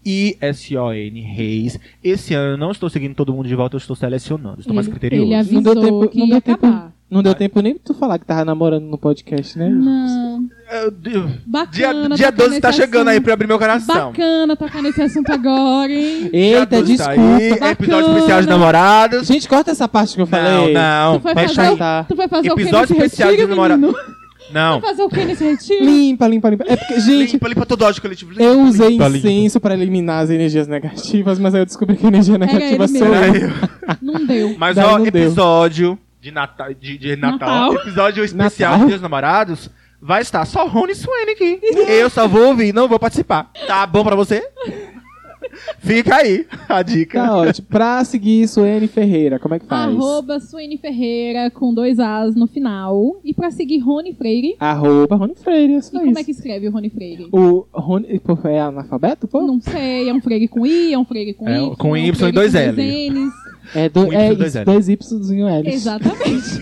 B: J-O-B-I-S-O-N Reis. Esse ano eu não estou seguindo todo mundo de volta, eu estou selecionando. Estou mais
C: Ele-
B: criterioso.
C: Ele avisou
A: Não deu tempo-
C: que
A: não
C: ia
A: deu tempo.
C: acabar.
A: Não deu tempo nem tu falar que tava namorando no podcast, né?
C: Não.
B: É, Eu- eu- Dia,
C: Bacana.
B: dia
C: tocar
B: 12
C: nesse
B: tá chegando aí
C: assunto.
B: pra abrir meu coração.
C: Bacana tocar nesse assunto agora, hein?
B: Dia
A: Eita,
B: 12 tá
A: desculpa.
B: aí, episódio
C: bacana.
B: especial de namorados.
A: Gente, corta essa parte que eu falei. Tá,
B: Não,
C: Tu
B: não.
C: foi
B: Vai
C: fazer
B: sair.
C: o- Tu vai fazer o
B: Episódio
C: que nesse
B: especial de
C: retiro,
B: namorado.
C: menino?
B: Não.
C: Vai fazer o que nesse retiro?
A: Limpa, limpa, limpa. É porque, gente,
B: Limpa, limpa todo ódio coletivo. Limpa,
A: eu usei
B: limpa, limpa.
A: incenso pra eliminar as energias negativas, mas aí eu descobri que a energia negativa
C: É, ele
A: sou
C: mesmo.
A: eu. Tá
C: Não deu.
B: Mas
A: Daí
B: ó,
A: não deu.
B: episódio de Natal, de, de Natal,
C: Natal.
B: episódio especial
A: Natal.
B: de Deus Namorados, vai estar só Rony e Suene aqui. Eu só vou ouvir, não vou participar. Tá bom pra você? Fica aí a dica.
A: Tá ótimo. Pra seguir Suene Ferreira, como é que faz?
C: Arroba Suene Ferreira com dois As no final. E pra seguir Rony Freire.
A: Arroba Rony Freire, é só
C: E
A: isso.
C: como é que escreve o Rony Freire?
A: O Rony pô, é analfabeto, pô?
C: Não sei, é um Freire com I, é um Freire com
B: É,
C: Y.
B: com
C: é um
B: Y e
C: Freire
B: dois
C: com
B: L.
C: N's.
A: É, do,
B: Um Y,
A: é
B: dois
A: isso,
B: L.
A: dois Y's e um L.
C: Exatamente.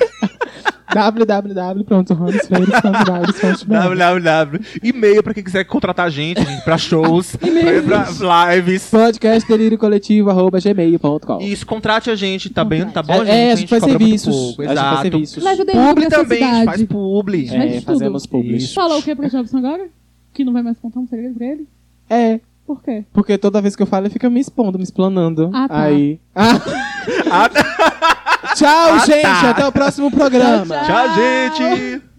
A: www.ronisfreitas.com.br
B: www. E-mail pra quem quiser contratar a gente, gente, pra shows, pra, pra lives.
A: Podcast delírio coletivo, arroba gmail.com.
B: Isso, contrate a gente, tá bem? Tá bom, gente?
A: É, a gente faz
B: cobra muito
A: serviços. A
B: pouco,
A: gente faz
B: Exato.
A: serviços.
C: Leva o Delírio
B: Publi
C: pra sua
B: também, a gente
C: cidade.
B: faz publi.
C: É.
A: É,
C: tudo.
A: fazemos publis.
C: Falou o que pra Jobson agora? Que não vai mais contar um segredo pra ele?
A: É,
C: Por quê?
A: porque toda vez que eu falo, ele fica me expondo, me explanando.
C: Ah, tá.
A: Aí. Ah,
B: Ah, tá.
A: tchau,
B: Ah,
A: gente!
B: tá.
A: Até o próximo programa!
C: Tchau,
B: Tchau, gente!